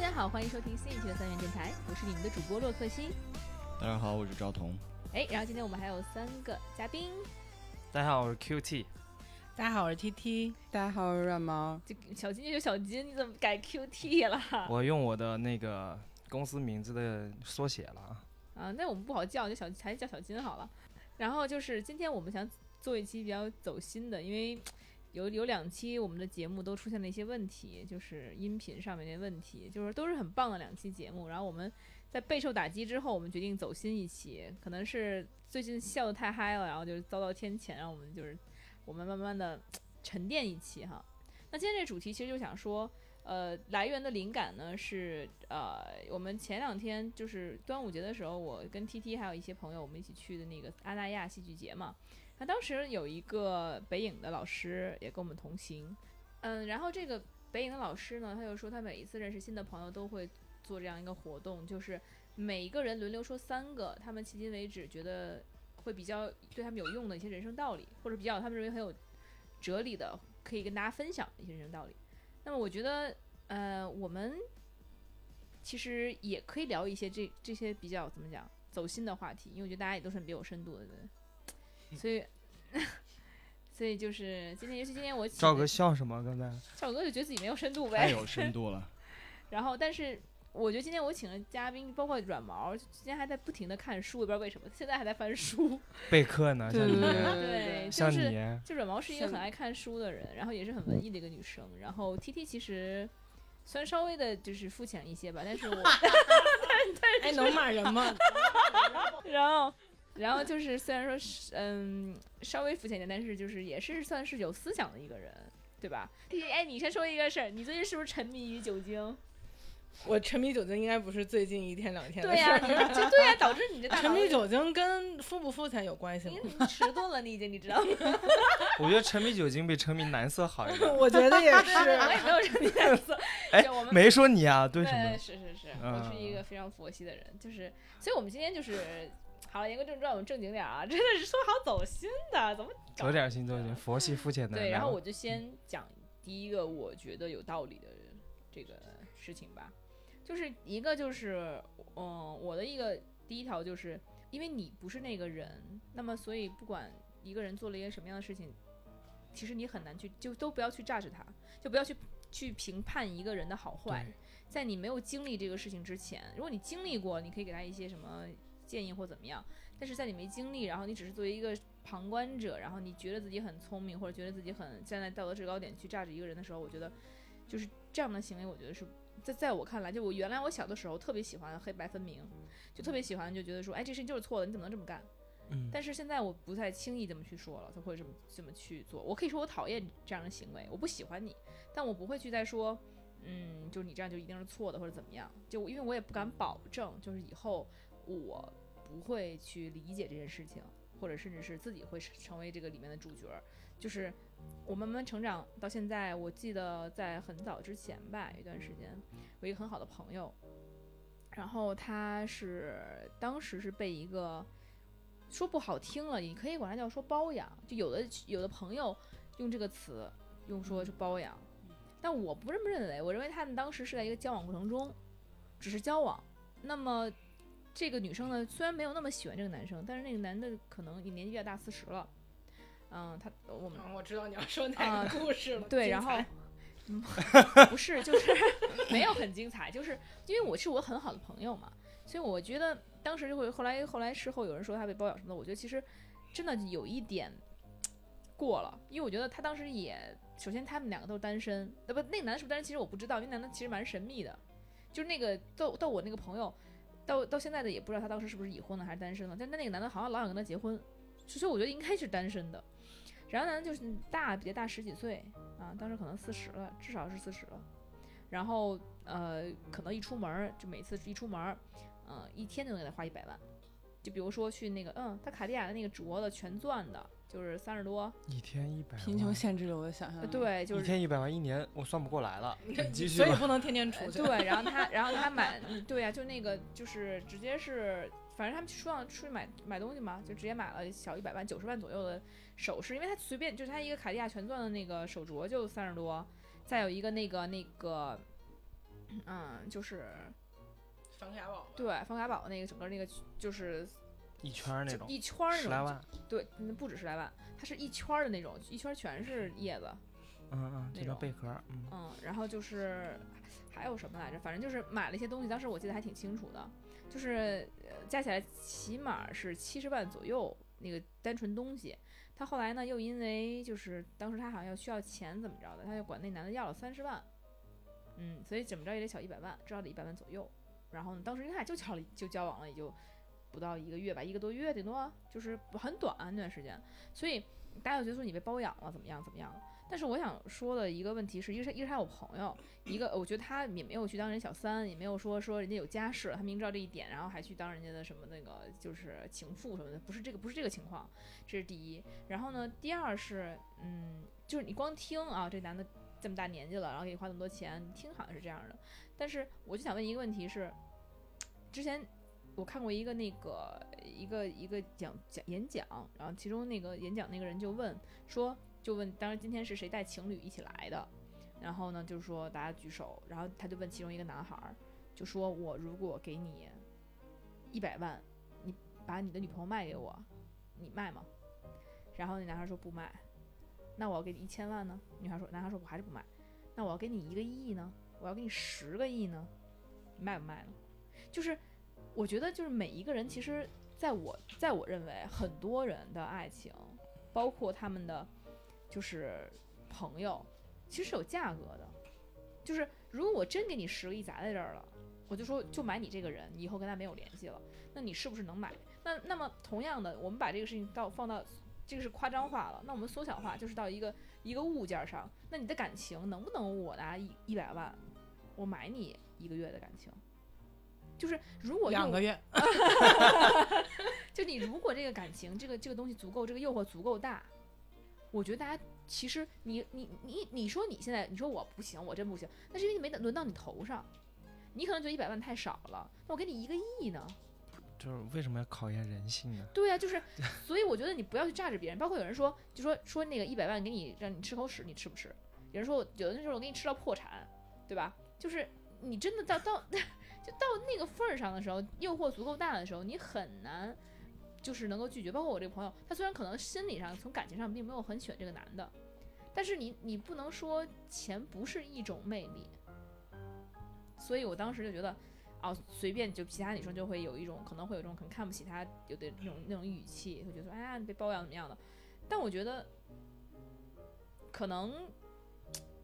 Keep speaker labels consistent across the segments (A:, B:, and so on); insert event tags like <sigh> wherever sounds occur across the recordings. A: 家好，欢迎收听新一期的三元电台，我是你们的主播洛克西。
B: 大家好，我是赵彤。
A: 哎，然后今天我们还有三个嘉宾，
C: 大家好，我是 QT。
D: 大家好，我是 TT。
E: 大家好，我是软毛。
A: 这小金就小金，你怎么改 QT 了？
C: 我用我的那个公司名字的缩写了啊。
A: 啊，那我们不好叫，就小还是叫小金好了。然后就是今天我们想做一期比较走心的，因为有有两期我们的节目都出现了一些问题，就是音频上面的问题，就是都是很棒的两期节目。然后我们在备受打击之后，我们决定走心一期，可能是最近笑得太嗨了，然后就是遭到天谴，然后我们就是我们慢慢的沉淀一期哈。那今天这主题其实就想说，呃，来源的灵感呢是呃，我们前两天就是端午节的时候，我跟 T T 还有一些朋友，我们一起去的那个阿那亚戏剧节嘛。那当时有一个北影的老师也跟我们同行，嗯，然后这个北影的老师呢，他就说他每一次认识新的朋友都会做这样一个活动，就是每一个人轮流说三个他们迄今为止觉得会比较对他们有用的一些人生道理，或者比较他们认为很有哲理的，可以跟大家分享的一些人生道理。那么我觉得，呃，我们其实也可以聊一些这这些比较怎么讲走心的话题，因为我觉得大家也都是很别有深度的人，所以， <laughs> 所以就是今天，尤其今天我请
C: 赵哥笑什么？刚才
A: 赵哥就觉得自己没有深度呗，
C: 哎
B: 太有深度了。
A: <laughs> 然后，但是我觉得今天我请了嘉宾，包括软毛，今天还在不停的看书，我不知道为什么，现在还在翻书。
C: 备课呢，像你，
A: 对，就
C: 像
A: 是
C: 你，
A: 就软毛是一个很爱看书的人，然后也是很文艺的一个女生。然后 T T 其实虽然稍微的就是肤浅一些吧，但是我
D: 哎，能骂人吗？
A: 然后然后就是虽然说是嗯稍微肤浅一点，但是就是也是算是有思想的一个人，对吧？T T，哎，你先说一个事儿，你最近是不是沉迷于酒精？
D: <laughs> 我沉迷酒精应该不是最近一天两天的
A: 对
D: 事
A: 呀、
D: 儿。啊
A: 你就对呀、导致你这大脑
D: 沉迷酒精跟肤不肤浅有关系吗
A: 你？
C: <laughs>
A: 你迟钝了，你已经你知道吗？
C: 我觉得沉迷酒精比沉迷男色好一点。
D: 我觉得也
A: <laughs> 我
D: <laughs> 是。
A: 也没有什么颜色。
C: 啊
A: <laughs>
C: 哎
A: 就我，们
C: 没说你啊，对什
A: 对，
C: 么？
A: 是是是，
C: 嗯
A: 我是一个非常佛系的人，就是，所以我们今天就是，好了，言归正传，我们正经点儿啊，真的是说好走心的，怎么搞
C: 走点心，走点心，佛系肤浅的。
A: 对，
C: 来
A: 然后
C: 吧
A: 我就先讲第一个我觉得有道理的这个事情吧，就是一个就是，嗯，我的一个第一条就是，因为你不是那个人，那么所以不管一个人做了一些什么样的事情，其实你很难去就都不要去 judge 他，就不要去去评判一个人的好坏
C: 对，
A: 在你没有经历这个事情之前，如果你经历过，你可以给他一些什么建议或怎么样。但是在你没经历，然后你只是作为一个旁观者，然后你觉得自己很聪明，或者觉得自己很站在道德制高点去榨取一个人的时候，我觉得就是这样的行为，我觉得是在在我看来，就我原来我小的时候特别喜欢黑白分明，就特别喜欢就觉得说，哎，这事情就是错的，你怎么能这么干？
C: 嗯
A: 但是现在我不太轻易这么去说了，或者这么这么去做。我可以说我讨厌这样的行为，我不喜欢你，但我不会去再说，嗯，就是你这样就一定是错的或者怎么样。就因为我也不敢保证，就是以后我不会去理解这件事情，或者甚至是自己会成成为这个里面的主角儿。就是我慢慢成长到现在，我记得在很早之前吧，有一段时间，我一个很好的朋友，然后他是当时是被一个说不好听了，你可以管他叫说包养，就有的有的朋友用这个词，用说是包养，但我不这么认为，我认为他们当时是在一个交往过程中，只是交往。那么这个女生呢，虽然没有那么喜欢这个男生，但是那个男的可能也年纪比较大，四十了，嗯，他我们
D: 我知道你要说哪个故事了。
A: 对，
D: 精
A: 然后
D: 彩
A: 嗯 <laughs> 不是，就是 <laughs> 没有很精彩，就是因为我是我很好的朋友嘛，所以我觉得当时就会后来后来事后有人说他被包养什么的，我觉得其实真的有一点过了，因为我觉得他当时也首先他们两个都是单身，呃不那个男的是不是单身其实我不知道，因为男的其实蛮神秘的，就是那个到到我那个朋友。到到现在的也不知道他当时是不是已婚了还是单身了，但那那个男的好像老想跟他结婚，所以我觉得应该是单身的。然后男的就是大比他大十几岁，啊，当时可能四十了，至少是四十了。然后呃，可能一出门儿就每次一出门儿，嗯、一天就能给他花一百万。就比如说去那个，嗯，他卡地亚的那个镯子全钻的，就是三十多，
C: 一天一百万，
E: 贫穷限制了我的想象
A: 呃
E: 力。，
A: 对，就
C: 一
A: 是
C: 天一百万，一年我算不过来了。你继续
D: 所以
C: 吧。
D: 不能天天出
A: 呃
D: 去。
A: 对，然后
C: <laughs>
A: 他，然后他买，嗯对呀、就那个，就是直接是，反正他们去说要出去买买东西嘛，就直接买了小一百万、九十万左右的首饰，因为他随便就是他一个卡地亚全钻的那个手镯就三十多，再有一个那个那个嗯，就是
D: 防卡宝吧，
A: 对方卡宝那个整个那个就是
C: 一圈儿那
A: 就
C: 种，
A: 一圈儿那
C: 十
A: 种
C: 来万，
A: 对，那不止十来万，它是一圈儿的那种，一圈儿全是叶子，
C: 嗯嗯，
A: 那
C: 这
A: 种
C: 种贝壳儿，嗯，
A: 嗯，然后就是还有什么来着？反正就是买了一些东西，当时我记得还挺清楚的，就是呃加起来起码是七十万左右那个单纯东西。他后来呢，又因为就是当时他好像要需要钱怎么着的，他就管那男的要了三十万，嗯，所以怎么着也得小一百万，至少得一百万左右。然后呢，当时他俩就交了就交往了，也就不到一个月吧，一个多月顶多，就是很短啊那段时间。所以大家就觉得说你被包养了，怎么样怎么样了。但是我想说的一个问题是，一个是一个是他有朋友，一个我觉得他也没有去当人小三，也没有说说人家有家室，他明知道这一点，然后还去当人家的什么那个就是情妇什么的，不是这个不是这个情况，这是第一。然后呢，第二是，嗯，就是你光听啊，这男的这么大年纪了，然后给你花那么多钱，你听好像是这样的。但是我就想问一个问题是，之前我看过一个那个一个一个讲讲演讲，然后其中那个演讲那个人就问说，就问当时今天是谁带情侣一起来的，然后呢就是说大家举手，然后他就问其中一个男孩儿，就说我如果给你一百万，你把你的女朋友卖给我，你卖吗？然后那男孩说不卖，那我要给你一千万呢？女孩说男孩说我还是不卖，那我要给你一个亿呢？我要给你十个亿呢？你卖不卖呢？就是我觉得就是每一个人其实。在我在我认为，很多人的爱情，包括他们的就是朋友，其实是有价格的。就是如果我真给你十个亿砸在这儿了，我就说就买你这个人，你以后跟他没有联系了，那你是不是能买？那那么同样的，我们把这个事情到放到这个是夸张化了，那我们缩小化就是到一个一个物件上，那你的感情能不能我拿一一百万，我买你一个月的感情？就是如果
D: 两
A: 用
D: 个月，
A: 就你如果这个感情，这个这个东西足够，这个诱惑足够大，我觉得大家其实你你你你说你现在你说我不行，我真不行，那是因为没轮到你头上，你可能觉得一百万太少了，那我给你一个亿呢？
C: 就是为什么要考验人性呢？
A: 对呀、啊就是，所以我觉得你不要去榨着别人，包括有人说就说说那个一百万给你让你吃口屎，你吃不吃？有人说我有的就是我给你吃到破产，对吧？就是你真的到到 <laughs> 就到那个份儿上的时候，诱惑足够大的时候，你很难就是能够拒绝。包括我这个朋友，他虽然可能心理上从感情上并没有很喜欢这个男的，但是你你不能说钱不是一种魅力，所以我当时就觉得。哦，随便就其他女生就会有一种可能会有一种很看不起他，有的那种那种语气，会觉得说哎呀你被包养怎么样的。但我觉得，可能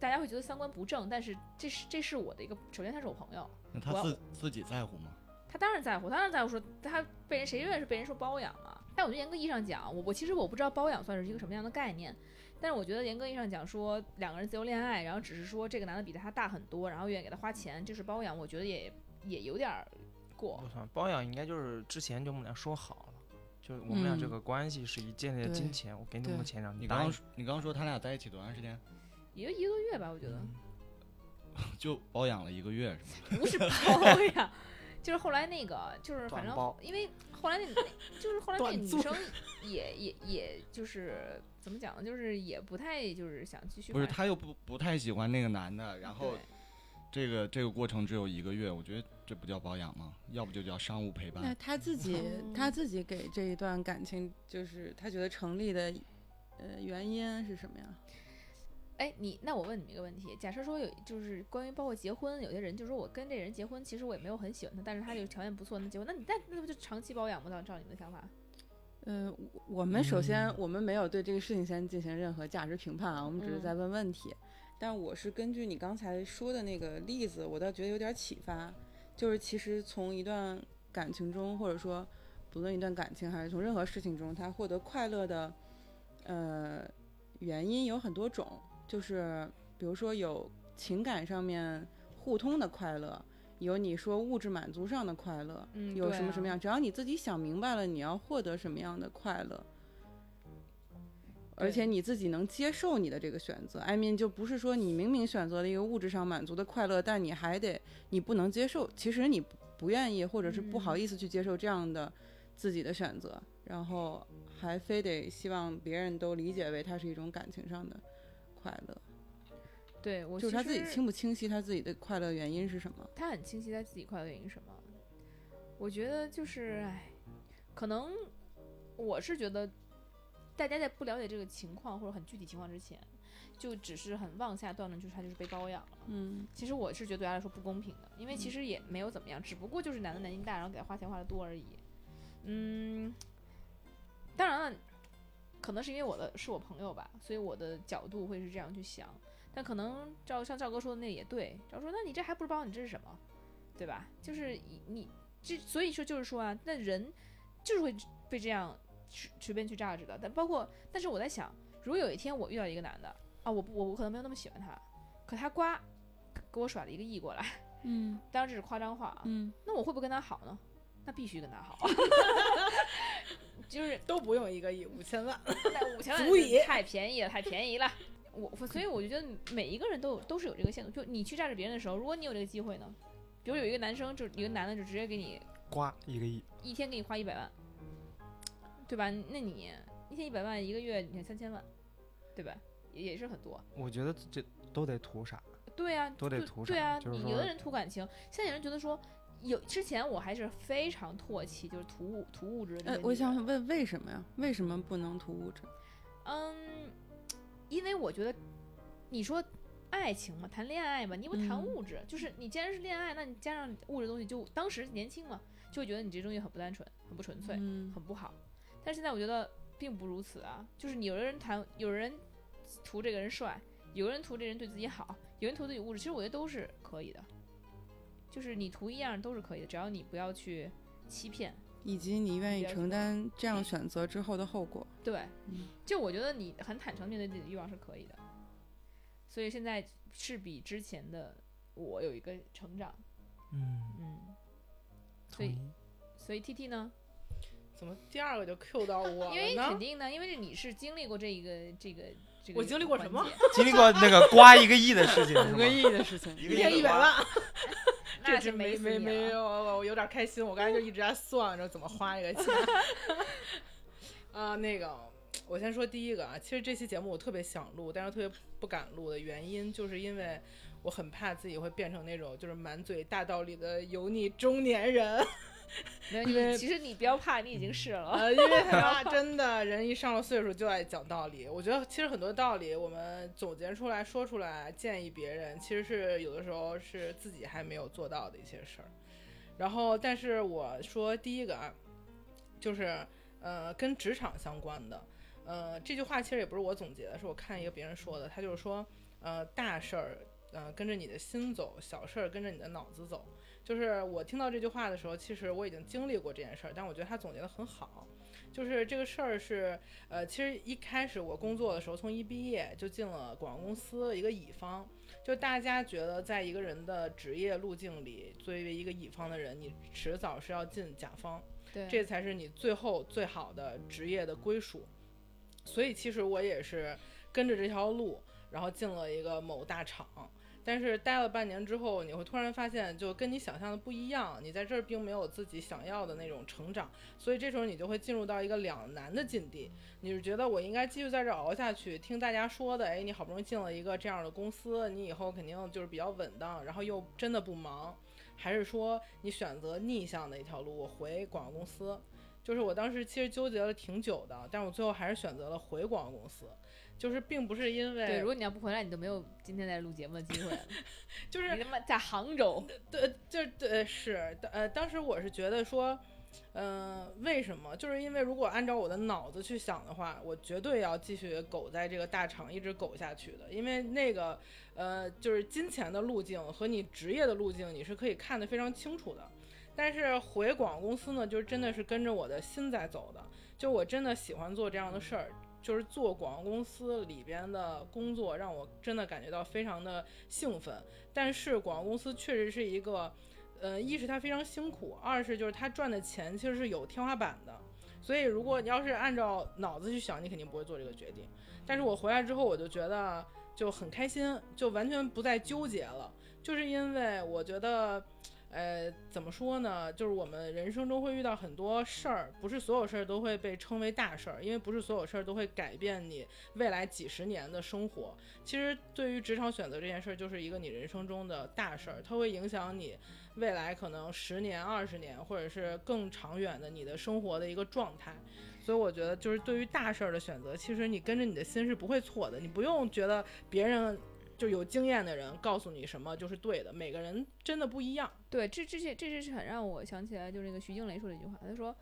A: 大家会觉得三观不正，但是这是这是我的一个，首先他是我朋友，
B: 那他
A: 我
B: 自自己在乎吗？
A: 他当然在乎，当然在乎说他被人谁愿意是被人说包养啊？但我觉得严格意义上讲，我我其实我不知道包养算是一个什么样的概念，但是我觉得严格意义上讲说两个人自由恋爱，然后只是说这个男的比他大很多，然后愿意给他花钱，这是包养，我觉得也也有点儿过
C: 我。操，包养应该就是之前就我们俩说好了，就是我们俩这
E: 嗯
C: 个关系是以建立的金
E: 对
C: 钱，我给你这么
E: 对
C: 多钱，然后
B: 你刚
C: 答应
B: 刚。说你刚刚说他俩在一起多长时间？
A: 也就一个月吧，我觉得
C: 嗯
B: <laughs> 就包养了一个月是吗？
A: 不是包呀， <laughs> 就是后来那个，就是
C: 短
A: 反正
C: 包
A: 因为后来那那就是后来那
D: 短
A: 女
D: 租
A: 生也也也就是怎么讲呢，就是也不太就是想继续
B: 不是，
A: 发展
B: 他又不不太喜欢那个男的，然后
A: 对
B: 这个这个过程只有一个月，我觉得这不叫包养吗？要不就叫商务陪
E: 那
B: 伴。
E: 他自己
A: 哦
E: 他自己给这一段感情，就是他觉得成立的，呃，原因是什么呀？
A: 哎，你那我问你们一个问题，假设说有就是关于包括结婚，有些人就说我跟这人结婚，其实我也没有很喜欢他，但是他就条件不错，那结婚，那你那那不就长期包养吗？照照你们的想法，
E: 呃，我我们首先
C: 嗯
E: 我们没有对这个事情先进行任何价值评判啊，我们只是
A: 嗯
E: 在问问题。但我是根据你刚才说的那个例子，我倒觉得有点启发，就是其实从一段感情中，或者说不论一段感情还是从任何事情中，他获得快乐的，呃，原因有很多种，就是比如说有情感上面互通的快乐，有你说物质满足上的快乐，
A: 嗯
E: 有
A: 对
E: 什么什么
A: 啊
E: 样，只要你自己想明白了你要获得什么样的快乐，而
A: 对
E: 且你自己能接受你的这个选择。I mean，就不是说你明明选择了一个物质上满足的快乐，但你还得你不能接受，其实你不愿意或者是不好
A: 嗯
E: 意思去接受这样的自己的选择，然后还非得希望别人都理解为它是一种感情上的快乐。
A: 对我
E: 就
A: 其
E: 是他自己
A: 实
E: 清不清晰他自己的快乐原因是什么？
A: 他很清晰他自己快乐原因是什么。我觉得就是，哎，可能我是觉得，大家在不了解这个情况或者很具体情况之前，就只是很妄下断论，就是他就是被包养了。
E: 嗯
A: 其实我是觉得对他来说不公平的，因为其实也没有怎么样，只不过就是男的男心大，然后给他花钱花的多而已。嗯，当然了，可能是因为我的是我朋友吧，所以我的角度会是这样去想。但可能赵像赵哥说的那也对，赵说那你这还不是包，你这是什么？对吧？就是你你这所以说就是说啊，那人就是会被这样随随便去榨汁的。但包括，但是我在想，如果有一天我遇到一个男的啊，我不我我可能没有那么喜欢他，可他呱给我甩了一个亿过来，
E: 嗯
A: 当然这是夸张话啊，
E: 嗯，
A: 那我会不会跟他好呢？那必须跟他好， <laughs> 就是
D: 都不用一个亿，五千万。
A: 那五千万
D: 足以
A: 太便宜了，太便宜了。我我所以我就觉得每一个人都有都是有这个限度，就你去榨取别人的时候，如果你有这个机会呢，比如有一个男生就一个男的就直接给你
C: 刮一个亿，
A: 一天给你花一百万，对吧？那你一天一百万，一个月你看三千万，对吧？也也是很多。
C: 我觉得这都得图啥？
A: 对啊，
C: 都得
A: 对
C: 图
A: 对
C: 啥
A: 啊，
C: 就是
A: 你
C: 说
A: 有的人图感情，现在有人觉得说。有之前我还是非常唾弃，就是图物图物质的那
E: 呃
A: 些，
E: 我
A: 女人
E: 想问为什么呀？为什么不能涂物质？
A: 嗯，因为我觉得你说爱情嘛，谈恋爱嘛，你不谈
E: 嗯
A: 物质，就是你既然是恋爱，那你加上物质东西就，当时年轻嘛，就会觉得你这东西很不单纯，很不纯粹，
E: 嗯
A: 很不好。但是现在我觉得并不如此啊，就是你有的人谈，有人图这个人帅，有的人图这人对自己好，有人图自己物质，其实我觉得都是可以的，就是你图一样都是可以的，只要你不要去欺骗。
E: 以及你愿意
A: 了解
E: 承担这样选择之后的后果。
A: 对
E: 嗯，
A: 就我觉得你很坦诚面对自己的欲望是可以的，所以现在是比之前的我有一个成长，
C: 嗯，
A: 嗯，
C: 同
A: 对
C: 意。
A: 所以 T T 呢？
D: 怎么第二个就 Q 到我了
A: 因为肯
D: 呢？
A: 定呢，因为你是经历过这一个这个这个，
D: 我经历过什么？
C: <laughs> 经历过那个刮一个亿的事情是
E: 五
C: 吗
E: 个？亿的事情，
C: 一
D: 一天一百
C: 刮，
D: 万，
A: 那
D: <laughs> 这
A: 是
D: 真没
A: 死
D: 没
A: 你
D: 没
A: 了
D: 有，啊我有点开心。我刚才就一直在算着怎么花这个钱。 <laughs> 啊，那个，我先说第一个啊，其实这期节目我特别想录，但是特别不敢录的原因，就是因为我很怕自己会变成那种就是满嘴大道理的油腻中年人。
A: 没有
D: 因
A: 你
D: 为
A: 其实你不要怕，你已经是了。
D: 呃，因为他真的人一上了岁数就爱讲道理。我觉得其实很多道理我们总结出来、说出来、建议别人，其实是有的时候是自己还没有做到的一些事儿。然后，但是我说第一个啊，就是呃，跟职场相关的，呃，这句话其实也不是我总结的，是我看一个别人说的，他就是说，呃，大事儿。呃，跟着你的心走，小事儿跟着你的脑子走。就是我听到这句话的时候，其实我已经经历过这件事儿，但我觉得他总结的很好。就是这个事儿是，呃，其实一开始我工作的时候，从一毕业就进了广告公司一个乙方，就大家觉得在一个人的职业路径里，作为一个乙方的人，你迟早是要进甲方，
A: 对，
D: 这才是你最后最好的职业的归属。所以其实我也是跟着这条路，然后进了一个某大厂。但是待了半年之后，你会突然发现，就跟你想象的不一样。你在这儿并没有自己想要的那种成长，所以这时候你就会进入到一个两难的境地。你是觉得我应该继续在这儿熬下去，听大家说的，哎，你好不容易进了一个这样的公司，你以后肯定就是比较稳当，然后又真的不忙，还是说你选择逆向的一条路，我回广告公司？就是我当时其实纠结了挺久的，但我最后还是选择了回广告公司，就是并不是因为
A: 对，如果你要不回来，你都没有今天在录节目的机会 <laughs> 了。
D: 就是
A: 你他妈在杭州，
D: 对，就对是，呃，当时我是觉得说，嗯、为什么？就是因为如果按照我的脑子去想的话，我绝对要继续苟在这个大厂一直苟下去的，因为那个，呃，就是金钱的路径和你职业的路径，你是可以看得非常清楚的。但是回广告公司呢，就是真的是跟着我的心在走的，就我真的喜欢做这样的事儿，就是做广告公司里边的工作，让我真的感觉到非常的兴奋。但是广告公司确实是一个，呃，一是它非常辛苦，二是就是它赚的钱其实是有天花板的。所以如果你要是按照脑子去想，你肯定不会做这个决定。但是我回来之后，我就觉得就很开心，就完全不再纠结了，就是因为我觉得。呃，怎么说呢？就是我们人生中会遇到很多事儿，不是所有事儿都会被称为大事儿，因为不是所有事儿都会改变你未来几十年的生活。其实对于职场选择这件事儿，就是一个你人生中的大事儿，它会影响你未来可能十年、二十年，或者是更长远的你的生活的一个状态。所以我觉得，就是对于大事儿的选择，其实你跟着你的心是不会错的，你不用觉得别人就有经验的人告诉你什么就是对的，每个人真的不一样。
A: <laughs> 对，这这些这是很让我想起来，就是那个徐静蕾说的一句话，她说，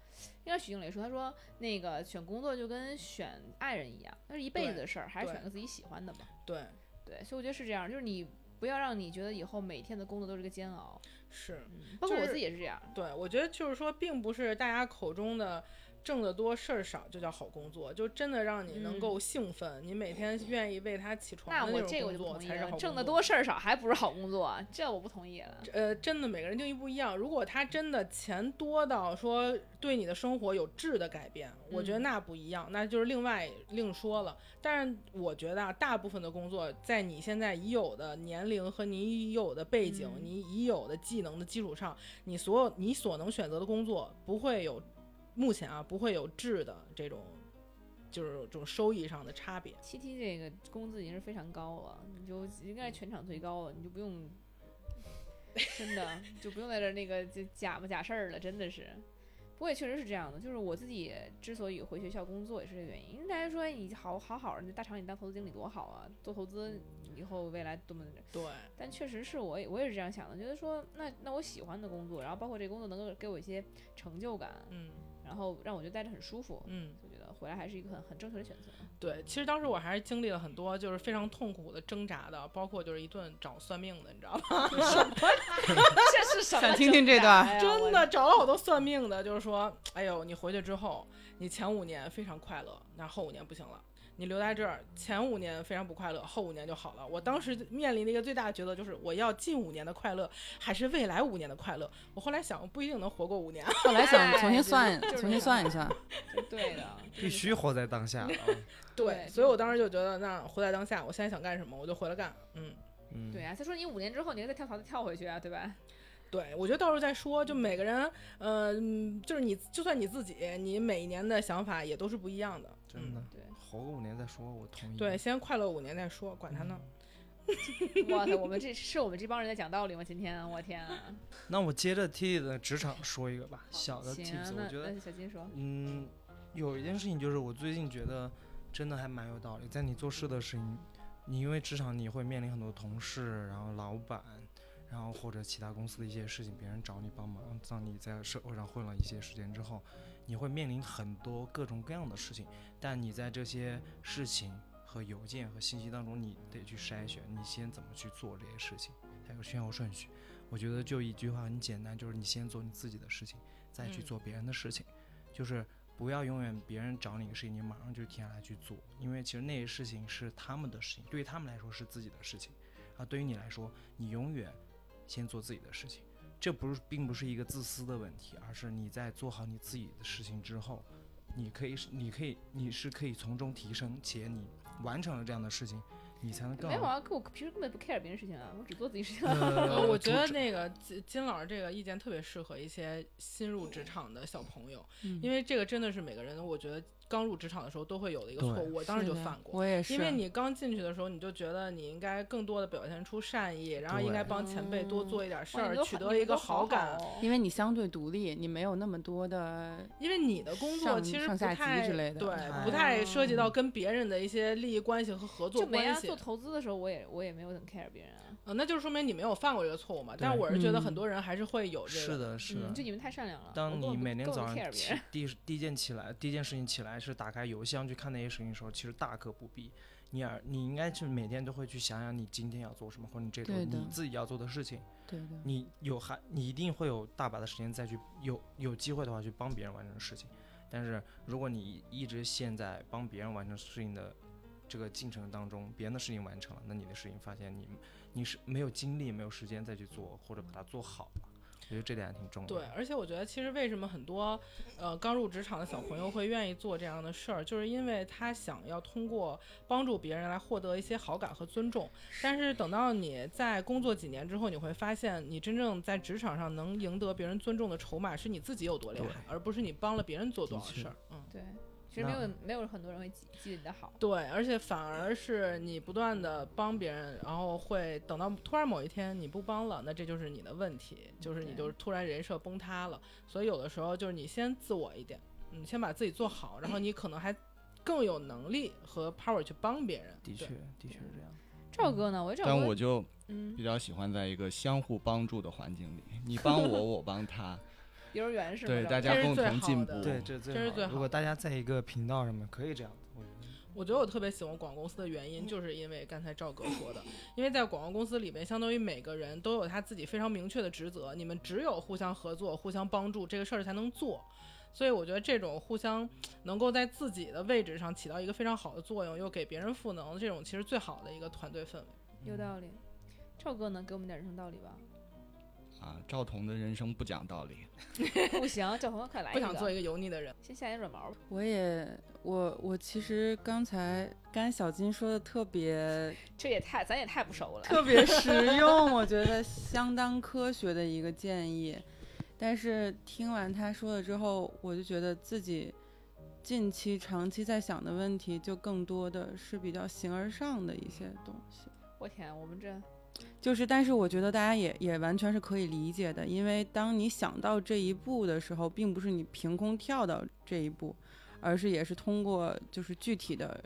A: 应该是徐静蕾说，她说那个选工作就跟选爱人一样，那是一辈子
D: 对
A: 的事儿，还是
D: 对
A: 选个自己喜欢的嘛。
D: 对，
A: 对，所以我觉得是这样，就是你不要让你觉得以后每天的工作都是个煎熬，嗯
D: 是
A: 包括
D: 就
A: 我
D: 是
A: 自己也是这样。
D: 对，我觉得就是说，并不是大家口中的挣得多事儿少就叫好工作，就真的让你能
A: 嗯
D: 够兴奋，你每天愿意为他起床
A: 那
D: 的
A: 我
D: 种
A: 这个我
D: 工
A: 就不
D: 作
A: 同意
D: 才是好
A: 了，
D: 工
A: 挣得
D: 作
A: 多事儿少还不是好工作啊，这我不同意了。
D: 呃，真的每个人定义不一样。如果他真的钱多到说对你的生活有质的改变，我觉得
A: 嗯
D: 那不一样，那就是另外另说了。但是我觉得啊，大部分的工作在你现在已有的年龄和你已有的背景、
A: 嗯
D: 你已有的技能的基础上，你所有你所能选择的工作不会有，目前啊不会有质的这种，就是这种收益上的差别。
A: 七 T 这个工资已经是非常高了，你就应该是全场最高了，你就不用，真的就不用在这儿那个就假不假事儿了，真的是。不过也确实是这样的，就是我自己之所以回学校工作也是这个原因。大家说你好好好，你大厂里当投资经理多好啊，做投资以后未来多么的
D: 对，
A: 但确实是我也我也是这样想的，觉得说那那我喜欢的工作，然后包括这个工作能够给我一些成就感，
D: 嗯
A: 然后让我就待着很舒服，
D: 嗯。
A: 我觉得回来还是一个很很正确的选择。
D: 对，其实当时我还是经历了很多就是非常痛苦的挣扎的，包括就是一顿找算命的，你知道吗？
A: 这是什么哎挣扎呀？
E: 想听听这段
D: 真
A: 我
D: 的找了好多算命的，就是说，哎呦，你回去之后，你前五年非常快乐，那后五年不行了。你留在这儿，前五年非常不快乐，后五年就好了。我当时面临的一个最大的抉择就是，我要近五年的快乐，还是未来五年的快乐？我后来想，不一定能活过五年。
E: <laughs>
D: <laughs>
E: 后来想
A: 哎
E: 重新
A: 就是
E: 算，
A: 就是
E: 重新算一算，
A: 是对的，
C: 必须活在当下啊。
A: 对
D: 所以我当时就觉得，那活在当下，我现在想干什么，我就回来干。嗯，
A: <laughs>
C: 嗯，
A: 对啊。他说你五年之后你再跳槽再跳回去啊，对吧？
D: 对，我觉得到时候再说。就每个人，呃嗯，就是你，就算你自己，你每一年的想法也都是不一样的。
C: 真的
D: 嗯、
A: 对，
C: 活个五年再说，我同意。
D: 对，，先快乐五年再说，管他呢。
A: 哇塞，我们这是我们这帮人在讲道理吗？今天我天啊！
C: 那我接着 T 的职场说一个吧，小的
A: 行啊
C: tips，，我
A: 那
C: 觉得
A: 那小金说，
C: 嗯，有一件事情就是我最近觉得真的还蛮有道理，在你做事的时候，你因为职场你会面临很多同事，然后老板，然后或者其他公司的一些事情，别人找你帮忙，让你在社会上混了一些时间之后，你会面临很多各种各样的事情，但你在这些事情和邮件和信息当中，你得去筛选，你先怎么去做这些事情，还有先后顺序。我觉得就一句话很简单，就是你先做你自己的事情，再去
D: 嗯
C: 做别人的事情。就是不要永远别人找你的事情，你马上就停下来去做，因为其实那些事情是他们的事情，对于他们来说是自己的事情，啊，对于你来说，你永远先做自己的事情。这不是并不是一个自私的问题，而是你在做好你自己的事情之后，你可以是你可以你是可以从中提升，且你完成了这样的事情，你才能更
A: 没有
C: 好。
A: 啊，我平时根本不 care 别人事情啊，我只做自己事情。
C: 呃
D: 我觉得
C: 阻止
D: 那个金金老师这个意见特别适合一些新入职场的小朋友，
A: 嗯
D: 因为这个真的是每个人，我觉得刚入职场的时候都会有的一个
C: 对
D: 错误。我当时
E: 是
D: 就
E: 的
D: 犯过。
E: 我也是，
D: 因为你刚进去的时候，你就觉得你应该更多的表现出善意，然后应
C: 对
D: 该帮前辈多
E: 嗯
D: 做一点事
A: <laughs> 哇你们
D: 儿，
A: 都
D: 取
A: 好
D: 得
A: 你
D: 一
A: 们
D: 个
A: 都好好
D: 感。
A: 哦
E: 因为你相对独立，你没有那么多的
D: 因为你的工作
E: 上
D: 其实
E: 上
D: 不
E: 下级
D: 太
E: 之类的
D: 对，
C: 哎
D: 不太涉及到跟别人的一些利益关系和合作
A: 就没
D: 关
A: 啊，
D: 系
A: 做。投资的时候我也我也没有很 care 别人啊，
D: 呃，那就是说明你没有犯过这个错误嘛。
C: 对
D: 但我是觉得
E: 嗯
D: 很多人还是会有这
C: 是
D: 个。
C: 的，是的。
A: 嗯，就你们太善良了。我
C: 当
A: 根本
C: 你
A: 不
C: 每天
A: 根本
C: 早
A: 不 care 别
C: 上起 <laughs>
A: 人，
C: 第一第一件起来，第一件事情起来是打开邮箱去看那些事情的时候，其实大可不必。你而你应该是每天都会去想想你今天要做什么，或者你这周
E: 对的
C: 你自己要做的事情。
E: 对的，
C: 你有还你一定会有大把的时间再去有有机会的话去帮别人完成事情。但是如果你一直陷在帮别人完成事情的这个进程当中，别人的事情完成了，那你的事情发现你你是没有精力、没有时间再去做，或者把它做好了。我觉得这点还挺重要
D: 对
C: 的。，
D: 而且我觉得其实为什么很多呃刚入职场的小朋友会愿意做这样的事儿，就是因为他想要通过帮助别人来获得一些好感和尊重。但是等到你在工作几年之后，你会发现，你真正在职场上能赢得别人尊重的筹码是你自己有多厉害
C: 对，
D: 而不是你帮了别人做多少
C: 的确
D: 事儿。嗯。
A: 对，其实没有
C: 那
A: 没有很多人会记记得你的好，
D: 对，而且反而是你不断的帮别人，然后会等到突然某一天你不帮了，那这就是你的问题，就是你
A: 对
D: 就是突然人设崩塌了。所以有的时候就是你先自我一点，你先把自己做好，然后你可能还更有能力和 power 去帮别人。
C: 的
D: 对
C: 确，，的确是这样。
A: 赵哥呢？我觉得赵
B: 但
A: 哥，
B: 我就
A: 嗯
B: 比，较喜欢在一个相互帮助的环境里，你帮我，我帮他，
A: 幼儿园是吗？
B: 对
A: 赵
B: 大
A: 哥
B: 家
D: 这是
B: 共
D: 最
B: 同
D: 好
B: 进
D: 的
B: 步。
C: 对，这最
D: 这是
C: 好
D: 最
C: 的如
D: 好
C: 果大家在一个频道上面，可以这样的，我觉得
D: 我觉得我特别喜欢广告公司的原因，就是因为刚才赵哥说的，因为在广告公司里面，相当于每个人都有他自己非常明确的职责，你们只有互相合作、互相帮助，这个事儿才能做。所以我觉得这种互相能够在自己的位置上起到一个非常好的作用，又给别人赋能，这种其实最好的一个团队氛围。
A: 有道理。赵哥呢，给我们点人生道理吧。
B: 啊，赵彤的人生不讲道理，
A: 不行，赵鹏，快来一
D: 不
A: 个，
D: 想做一个油腻的
A: <laughs>
D: 人，
A: 先下点软毛吧。
E: 我也我我其实刚才刚才小金说的特别
A: 这也太，咱也太不熟了。
E: 特别实用，我觉得相当科学的一个建议。但是听完他说了之后，我就觉得自己近期长期在想的问题，就更多的是比较形而上的一些东西。
A: 我天，我们这
E: 就是，但是我觉得大家也也完全是可以理解的，因为当你想到这一步的时候，并不是你凭空跳到这一步，而是也是通过就是具体的、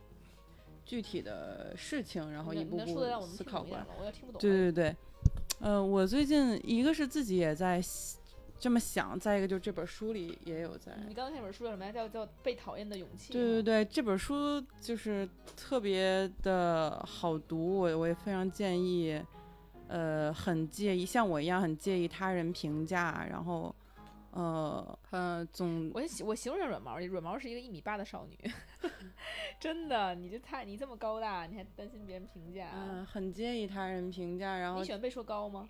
E: 具体的事情，然后一
A: 你
E: 步
A: 能说的让我
E: 步
A: 们
E: 思
A: 听
E: 考
A: 懂一
E: 过
A: 点
E: 来。
A: 吗？我要听不懂。
E: 对，对对，呃，我最近一个是自己也在这么想，再一个就是这本书里也有在。
A: 你刚才那本书叫什么呀？叫叫《被讨厌的勇气》。
E: 对对对，这本书就是特别的好读，我我也非常建议，呃，很介意像我一样很介意他人评价，然后，呃呃，总
A: 我形我形容一下软毛，软毛是一个一米八的少女，真的，你就太你这么高大，你还担心别人评价？
E: 嗯、很介意他人评价，然后
A: 你喜欢被说高吗？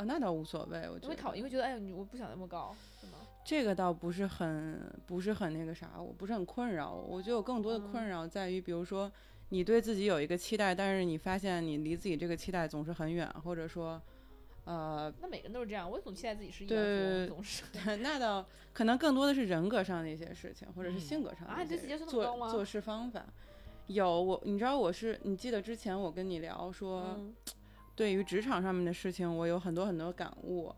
E: 啊、那倒无所谓，我
A: 你
E: 觉
A: 会
E: 得
A: 讨，你会觉得哎呦，你我不想那么高，是吗？
E: 这个倒不是很不是很那个啥，我不是很困扰。我觉得我更多的困
A: 嗯
E: 扰在于，比如说你对自己有一个期待，但是你发现你离自己这个期待总是很远，或者说，呃，
A: 那每个人都是这样，我总期待自己是一
E: 对
A: 元富，总是
E: <laughs> 那倒可能更多的是人格上的一些事情，或者是
D: 嗯
E: 性格上的
A: 啊
E: 一
A: 你对
E: 些
A: 自己要求那么高
E: 做
A: 吗
E: 做事方法。有我，你知道我是，你记得之前我跟你聊说，
A: 嗯
E: 对于职场上面的事情，我有很多很多感悟。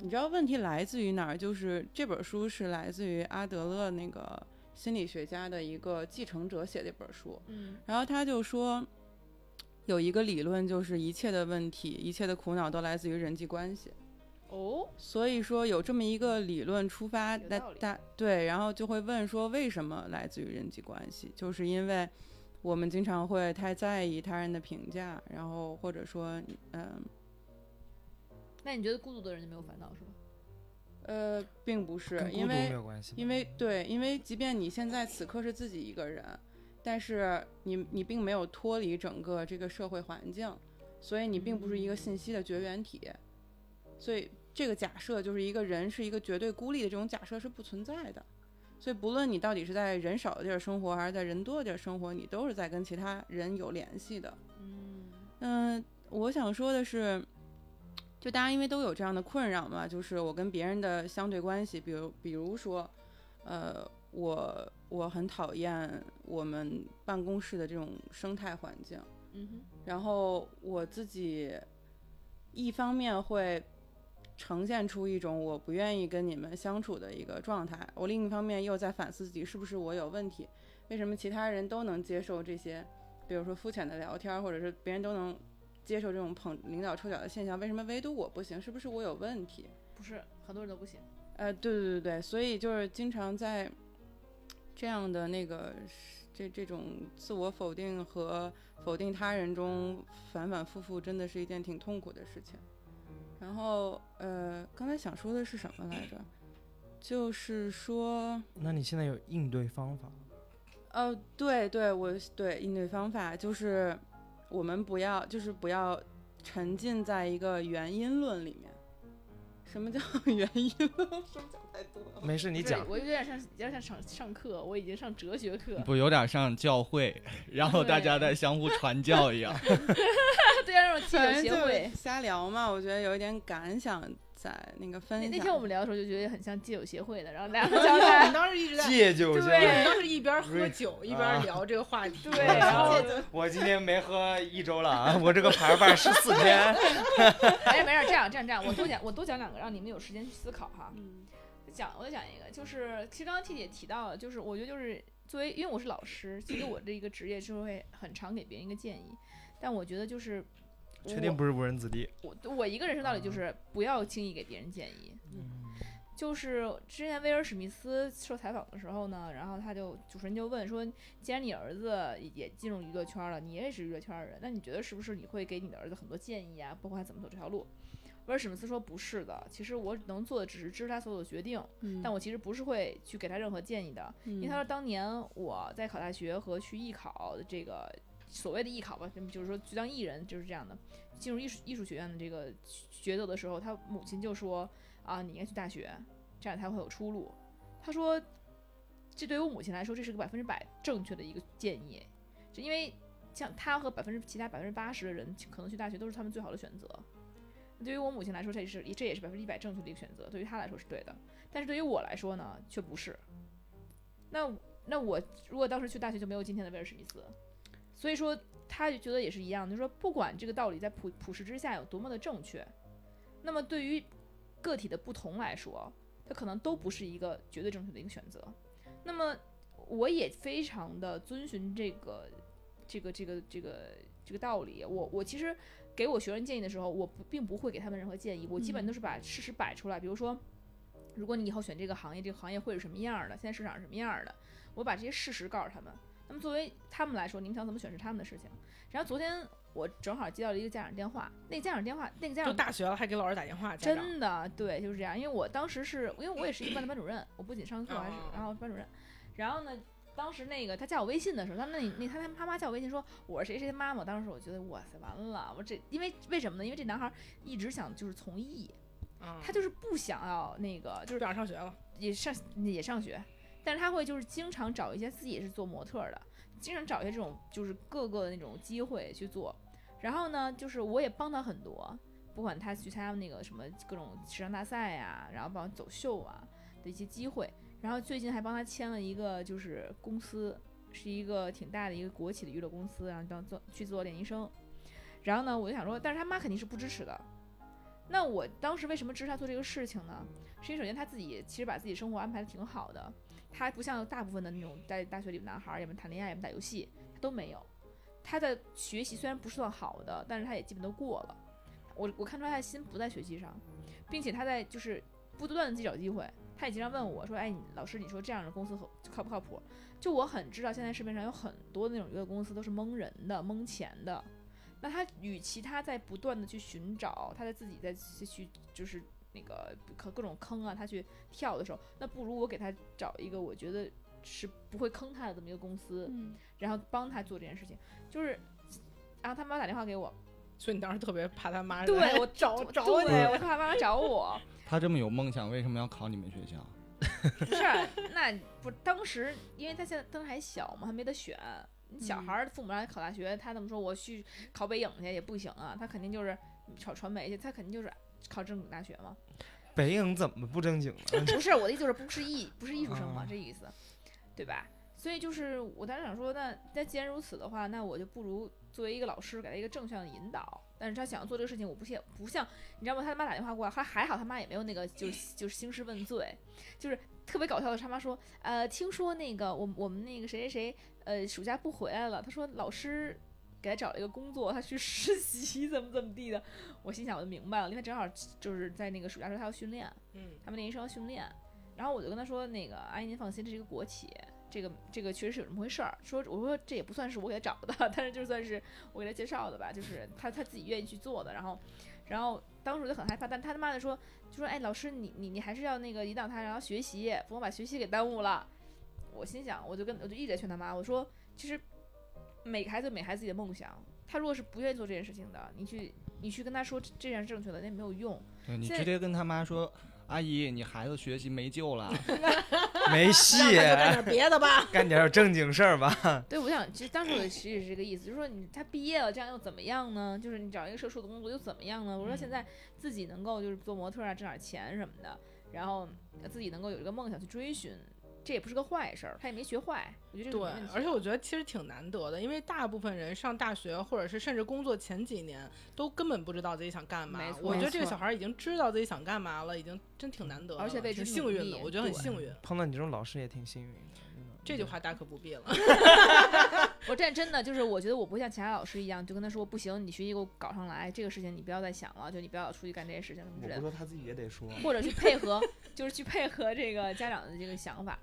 E: 你
A: 嗯
E: 知道问题来自于哪儿？就是这本书是来自于阿德勒那个心理学家的一个继承者写的一本书，
A: 嗯
E: 然后他就说，有一个理论就是一切的问题、一切的苦恼都来自于人际关系。
A: 哦，
E: 所以说有这么一个理论出发，
A: 有
E: 大
A: 道理
E: 大对，然后就会问说为什么来自于人际关系？就是因为我们经常会太在意他人的评价，然后或者说，嗯
A: 那你觉得孤独的人就没有烦恼是吗？
E: 呃，并不是
C: 跟孤
E: 因
C: 独没
E: 为
C: 有关系吧。
E: 因为对，因为即便你现在此刻是自己一个人，但是你你并没有脱离整个这个社会环境，所以你并不是一个信息的绝缘体，所以这个假设就是一个人是一个绝对孤立的这种假设是不存在的。所以，不论你到底是在人少的地儿生活，还是在人多的地儿生活，你都是在跟其他人有联系的。
A: 嗯，
E: 嗯，我想说的是，就大家因为都有这样的困扰嘛，就是我跟别人的相对关系，比如比如说，呃，我我很讨厌我们办公室的这种生态环境，
A: 嗯哼，
E: 然后我自己一方面会呈现出一种我不愿意跟你们相处的一个状态，我另一方面又在反思自己是不是我有问题，为什么其他人都能接受这些，比如说肤浅的聊天儿，或者是别人都能接受这种捧领导臭脚的现象，为什么唯独我不行？是不是我有问题？
A: 不是，很多人都不行。
E: 呃，对对对对，所以就是经常在这样的那个是这这种自我否定和否定他人中反反复复，真的是一件挺痛苦的事情。然后呃，刚才想说的是什么来着？就是说，
C: 那你现在有应对方法？
E: 呃，对对，我对应对方法就是我们不要，就是不要沉浸在一个原因论里面。什么叫 <laughs> 原因？说讲太多了。
C: 没事，你
A: 不是
C: 讲。
A: 我有点像，有点像上上课，我已经上哲学课，
B: 不有点像教会，然后大家在相互传教一样。 <laughs>
A: <laughs> 对，像那种基友
E: 反正
A: 协
E: 就是
A: 会。
E: 瞎聊嘛，我觉得有一点感想在那个分
A: <laughs> 那
E: 享。
A: 那天我们聊的时候就觉得很像基友协会的，然后
C: <laughs>
A: 两个
D: 我
A: 小
D: 们
A: 孩，
D: 当时一直在，
C: 戒酒
A: 对
C: 去
D: 我
C: 了
D: 们当时一边喝酒一
C: 啊
D: 边聊这个话题。
A: 对，然后
C: 我今天没喝一周了啊， <laughs> 我这个牌儿办十四天。
A: 哎，没事，这样这样这样，我多讲我多讲两个，让你们有时间去思考哈。
E: 嗯
A: 讲我再讲一个，就是其实刚刚 T 姐提到了，就是我觉得就是作为因为我是老师，其实我这一个职业就会很常给别人一个建议，但我觉得就是我
C: <laughs> 确定不是误人子弟？
A: 我我一个人生道理就是不要轻易给别人建议。
D: 嗯
A: 就是之前威尔史密斯受采访的时候呢，然后他就主持人就问说，既然你儿子也进入娱乐圈了，你也是娱乐圈的人，那你觉得是不是你会给你的儿子很多建议啊，包括他怎么走这条路？威尔史密斯说不是的，其实我能做的只是支持他所有的决定，
E: 嗯，
A: 但我其实不是会去给他任何建议的，因为他说当年我在考大学和去艺考的这个所谓的艺考吧，嗯就是说去当艺人就是这样的，进入艺术艺术学院的这个抉择的时候，他母亲就说啊，你应该去大学，这样才会有出路。他说，这对于我母亲来说，这是个百分之百正确的一个建议，就因为像他和百分之其他百分之八十的人，可能去大学都是他们最好的选择。对于我母亲来说，这是这也是百分之一百正确的一个选择，对于她来说是对的。但是对于我来说呢，却不是。那那我如果当时去大学，就没有今天的威尔史密斯。所以说，他就觉得也是一样，就是说，不管这个道理在普普世之下有多么的正确，那么对于个体的不同来说，它可能都不是一个绝对正确的一个选择。那么，我也非常的遵循这个这个这个这个这个道理。我我其实给我学生建议的时候，我不并不会给他们任何建议，我基本
E: 嗯
A: 都是把事实摆出来。比如说，如果你以后选这个行业，这个行业会是什么样儿的？现在市场是什么样儿的？我把这些事实告诉他们。那么作为他们来说，你们想怎么选是他们的事情。然后昨天我正好接到了一个家长电话，那个家长电话，那个家
D: 都
A: 长
D: 大学了还给老师打电话，家长
A: 真的，对，就是这样。因为我当时是因为我也是一个班的班主任，我不仅上课，我还是
D: 哦
A: 然后班主任。然后呢，当时那个他加我微信的时候，他那那他他妈妈加我微信说我是谁谁谁妈妈。我当时我觉得哇塞完了，我这因为为什么呢？因为这男孩一直想就是从艺，
D: 嗯
A: 他就是不想要那个就
D: 不
A: 是
D: 想上学了，
A: 也上也上学，但是他会就是经常找一些自己也是做模特儿的，经常找一些这种就是各个的那种机会去做。然后呢，就是我也帮他很多，不管他去参加那个什么各种时尚大赛呀、然后帮他走秀啊的一些机会。然后最近还帮他签了一个就是公司，是一个挺大的一个国企的娱乐公司，然后当做去做练习生。然后呢，我就想说，但是他妈肯定是不支持的。那我当时为什么支持他做这个事情呢？是因为首先他自己其实把自己生活安排的挺好的，他不像大部分的那种在大学里的男孩儿，要么谈恋爱，要么打游戏，他都没有。他的学习虽然不算好的，但是他也基本都过了。我我看出来他的心不在学习上，并且他在就是不断的去找机会。他也经常问我说：“哎，你老师，你说这样的公司靠不靠谱？”就我很知道现在市面上有很多那种娱乐公司都是蒙人的、蒙钱的。那他与其他在不断的去寻找，他在自己在去去就是那个各各种坑啊，他去跳的时候，那不如我给他找一个我觉得是不会坑他的这么一个公司，
E: 嗯，
A: 然后帮他做这件事情。就是，然后他妈打电话给我，
D: 所以你当时特别怕他妈来
A: 对我 <laughs>
D: 找
A: 我
D: 找
A: 对
D: 你。
A: 我怕妈妈找我，
B: 他这么有梦想，为什么要考你们学校？
A: 不是，那不当时，因为他现在当时还小嘛，还没得选。你小孩儿，父母让他考大学，他怎么说？我去考北影去也不行啊，他肯定就是考传媒去，他肯定就是考正经大学嘛。
C: 北影怎么不正经啊了？
D: <laughs>
A: 不是我的意思，就是不是艺，不是艺术生嘛
C: 啊，
A: 这意思，对吧？所以就是我当时想说，那那既然如此的话，那我就不如作为一个老师，给他一个正向的引导。但是他想要做这个事情，我不像不像你知道吗？他他妈打电话过来，还还好他妈也没有那个就是就是兴师问罪，就是特别搞笑的。他妈说，呃，听说那个我们我们那个谁谁谁，呃，暑假不回来了。他说老师给他找了一个工作，他去 <laughs> 实习，怎么怎么地的。我心想我就明白了，因为正好就是在那个暑假时候他要训练，
D: 嗯，
A: 他们练习生要训练，然后我就跟他说，那个阿姨您放心，这是一个国企，这个这个确实是有这么回事儿。说我说这也不算是我给他找的，但是就算是我给他介绍的吧，就是他他自己愿意去做的。然后，然后当时我就很害怕，但他他妈的说就说哎老师你你你还是要那个引导他，然后学习，不能把学习给耽误了。我心想，我就跟我就一直在劝他妈，我说其实每个孩子有每孩子自己的梦想，他如果是不愿意做这件事情的，你去你去跟他说这这样是正确的，那也没有用。
B: 对你
A: 现
B: 直接跟他妈说，阿姨，你孩子学习没救了。
C: 没戏，
D: 点别的吧。
C: 干点儿正经事儿吧。
A: 对，我想其实当时我其实也是这个意思，就是说你他毕业了，这样又怎么样呢？就是你找一个社畜的工作又怎么样呢？我说现
D: 嗯
A: 在自己能够就是做模特啊，挣点钱什么的，然后自己能够有一个梦想去追寻，这也不是个坏事儿，他也没学坏，我觉得这
D: <laughs> 对
A: 个没问，题
D: 而且我觉得其实挺难得的，因为大部分人上大学或者是甚至工作前几年都根本不知道自己想干嘛
A: 没。错
D: 我觉得这个
E: 没错
D: 小孩儿已经知道自己想干嘛了，已经真挺难得的了，
A: 而且为
D: 挺
A: 之
D: 幸
A: 努
D: 运
A: 力
D: 的，我觉得很
A: 对
D: 幸运。
C: 碰到你这种老师也挺幸运的。真的
D: 这句话大可不必了。
A: 我这真的就是，我觉得我不像其他老师一样，就跟他说不行，你学习给我搞上来，这个事情你不要再想了，就你不要老出去干这些事情什么之
C: 我
A: 类
C: 不
A: 的，
C: 说他自己也得说，
A: 或者去配合，就是去配合这个家长的这个想法。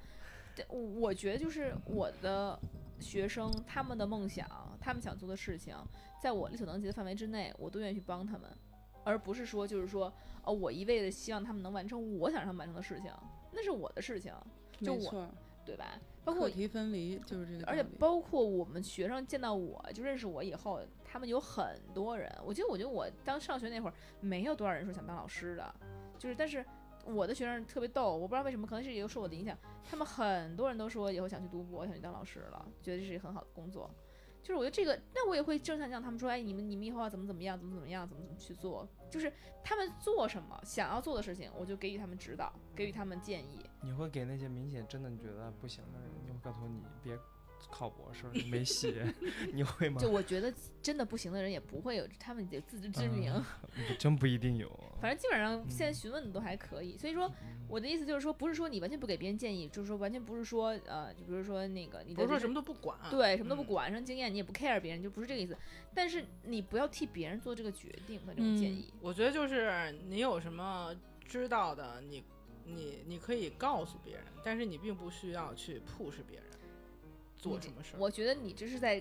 A: 对，我我觉得就是我的学生他们的梦想，他们想做的事情，在我力所能及的范围之内，我都愿意去帮他们，而不是说就是说，哦，我一味的希望他们能完成我想让他们完成的事情，那是我的事情，就
E: 嗯没
A: 我
E: 错，
A: 对吧？包括
E: 课题分离就是这个道
A: 而
E: 理，
A: 且包括我们学生见到我就认识我以后，他们有很多人，我记得我觉得我当上学那会儿没有多少人说想当老师的，就是但是我的学生特别逗，我不知道为什么，可能是也受我的影响，他们很多人都说以后想去读博，想去当老师了，觉得这是一个很好的工作。就是我觉得这个，那我也会正常讲他们说，哎，你们你们以后要怎么怎么样，怎么怎么样，怎么怎么去做，就是他们做什么想要做的事情，我就给予他们指导，给予他们建议。
C: 你会给那些明显真的你觉得不行的人，你会告诉你别考博士，你没
D: <laughs>
C: 戏，你会吗
A: 就？我觉得真的不行的人也不会有他们的自知之明，
C: 嗯真不一定有。
A: 反正基本上现在
C: 嗯
A: 询问的都还可以。所以说我的意思就是说，不是说你完全不给别人建议，就是说完全不是说呃，就比如说那个你
D: 不
A: 的
D: 是
A: 就
D: 说
A: 是
D: 什么都不管，
A: 对什么都不
D: 嗯
A: 管，上经验你也不 care 别人，就不是这个意思。但是你不要替别人做这个决定和这种建
E: 嗯
A: 议。
D: 我觉得就是你有什么知道的，你你你可以告诉别人，但是你并不需要去 push 别人做
A: 你
D: 什么事儿。
A: 嗯我觉得你这是
D: <laughs>
A: 在，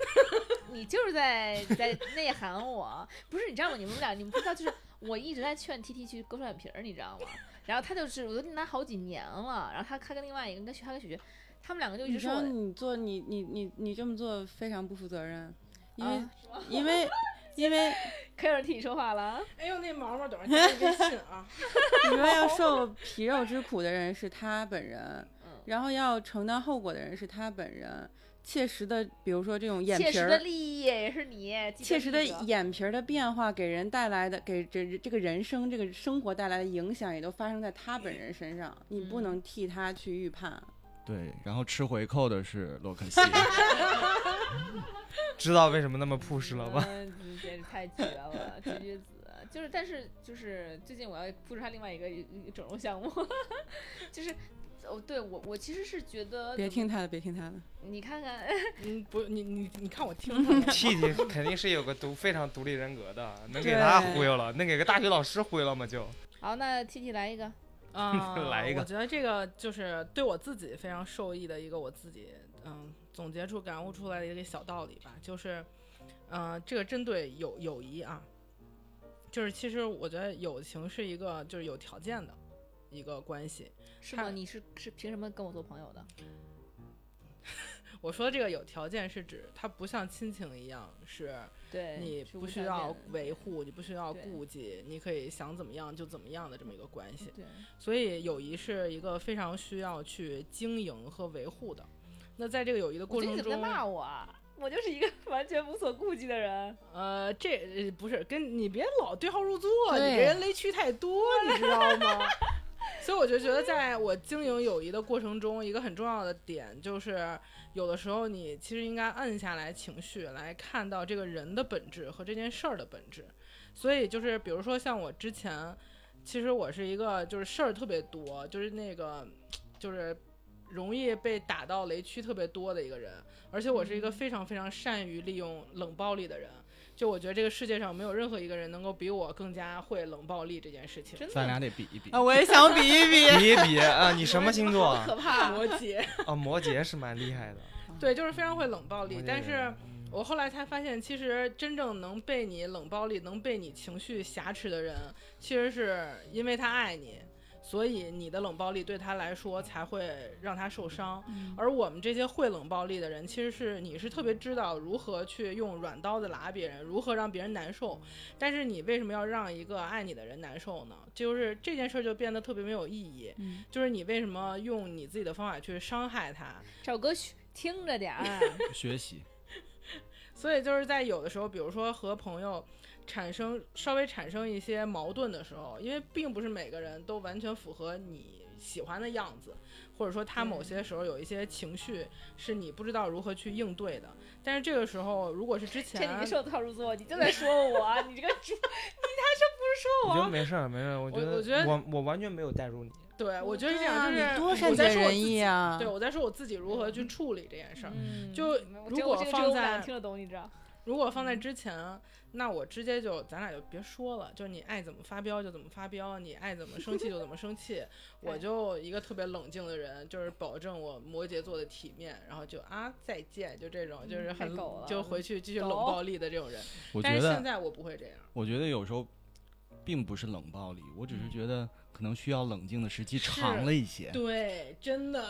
A: 你就是在在内涵我，不是你知道吗？你们俩你们不知道，就是我一直在劝 T T 去割双眼皮儿，你知道吗？然后他就是我都跟他好几年了，然后他他跟另外一个跟他跟雪雪，他们两个就一
E: 你
A: 直
E: 知
A: 说
E: 道
A: 我
E: 你做你你你你这么做非常不负责任，因为、
A: 啊，
E: 因
A: <laughs>
E: 为因为
A: 开始替你说话了啊。
D: 哎呦，那毛毛，等会儿加微信
A: <laughs>
D: 啊！
E: 你说要受皮肉之苦的人是他本人，
A: 嗯
E: 然后要承担后果的人是他本人，切实的，比如说这种眼
A: 切
E: 皮
A: 实的
E: 儿。
A: 利益也是你，既
E: 切
A: 得
E: 实的
A: 利益者
C: <laughs>
E: 眼皮儿的变化给人带来的，给这这个人生、这个生活带来的影响，也都发生在他本人身上，你
A: 嗯
E: 不能替他去预判。
B: 对，然后吃回扣的是洛
D: <laughs>
B: 肯西。
C: 知道为什么那么 push 了吧？
A: 嗯，你简直太绝了，绝绝子。就是，但是就是最近我要复出他另外一个一个整容项目， <laughs> 就是哦，对我我其实是觉得
E: 别
A: 怎么
E: 听他的，别听他的。
A: 你看看， <laughs>
D: 嗯，不，你你你看我听他
C: <laughs>
D: 们
C: T T 肯定是有个独非常独立人格的，能给
E: 对
C: 他忽悠了，能给个大学老师忽悠了吗？就
A: 好，那 T T 来一个，
D: 啊，
C: <laughs> 来一个
D: 我觉得这个就是对我自己非常受益的一个我自己嗯总结出感悟出来的一个小道理吧，就是嗯、呃这个针对友友谊啊，就是其实我觉得友情是一个就是有条件的一个关系，
A: 是
D: 他
A: 吗？你是是凭什么跟我做朋友的？
D: 我说这个有条件是指它不像亲情一样，是
A: 对，
D: 你
A: 是
D: 不
A: 无
D: 需
A: 条
D: 要
A: 件的
D: 维护，你不需要
A: 对
D: 顾忌，你可以想怎么样就怎么样的这么一个关系。
A: 对，
D: 所以友谊是一个非常需要去经营和维护的。那在这个友谊的
A: 我
D: 过
A: 觉得你
D: 程
A: 怎么在
D: 中，
A: 骂我啊？我就是一个完全无所顾忌的人，
D: 呃，这呃不是跟你别老对号入座，你
E: 对
D: 这人雷区太多，你知道吗？ <laughs> 所以我就觉得，在我经营友谊的过程中，一个很重要的点就是，有的时候你其实应该按下来情绪，来看到这个人的本质和这件事儿的本质。所以就是，比如说像我之前，其实我是一个就是事儿特别多，就是那个就是容易被打到雷区特别多的一个人，而且我是一个非常非常善于利用冷暴力的人。就我觉得这个世界上没有任何一个人能够比我更加会冷暴力这件事情。
A: 真
B: 咱
A: 的
B: 俩得比一比。
D: 哦
E: 啊，我也想比一
C: <laughs>
E: 比。
C: 比一比啊，你什么星座
A: 好
C: 啊？
A: 可怕。
D: 摩羯，
C: 啊，摩羯是蛮厉
D: <laughs>
C: 害的。
D: 对，就是非常会冷暴力
C: 摩羯。
D: 但是
C: 人
D: 我后来才发现，其实真正能被你冷暴力、能被你情绪挟持的人，其实是因为他爱你。所以你的冷暴力对他来说才会让他受伤。
A: 嗯
D: 而我们这些会冷暴力的人，其实是你是特别知道如何去用软刀子剌别人，如何让别人难受。但是你为什么要让一个爱你的人难受呢？就是这件事儿就变得特别没有意义。
E: 嗯
D: 就是你为什么用你自己的方法去伤害他？
A: 首歌曲听着点儿，
D: <laughs>
B: 学习，
D: 所以就是在有的时候，比如说和朋友产生稍微产生一些矛盾的时候，因为并不是每个人都完全符合你喜欢的样子，或者说他某些时候有一些情绪是你不知道如何去应对的。但是这个时候，如果是之
A: 这你
D: 前
A: 个，瘦子套入座，你就在说我，啊你这 <laughs> 个猪，你
C: 我觉
A: 还说不是说
C: 得没事儿，没事儿。我觉
D: 我我
C: 我
D: 觉得
C: 我完全没有带入你。
D: 对
A: 嗯
D: 我觉得是这样，就
E: 对啊
D: 是
E: 你多善
D: 我在
E: 解
D: 说我自
E: 人意
D: 己，
E: 啊！
D: 对我在说我自己如何去处理这件事儿。
A: 嗯
D: 就
A: 我？
D: 如
A: 这
D: 果
A: 我这个
D: 放
A: 只有我
D: 在
A: 们俩听得懂，你知道？
D: 如果放
A: 嗯
D: 在之前，那我直接就咱俩就别说了，就是你爱怎么发飙就怎么发飙，你爱怎么生气就怎么
A: <laughs>
D: 生气。我就一个特别冷静的人，就是保证我摩羯座的体面，然后就啊再见，就这种就是
A: 嗯太
D: 很
A: 狗了
D: 就回去继续
A: 狗
D: 冷暴力的这种人。
B: 我
D: 但
B: 觉
D: 是
B: 得
D: 现在我不会这样，
B: 我觉得有时候并不是冷暴力，我只是觉得可能需要冷静的时机长了一些。
D: 对，真的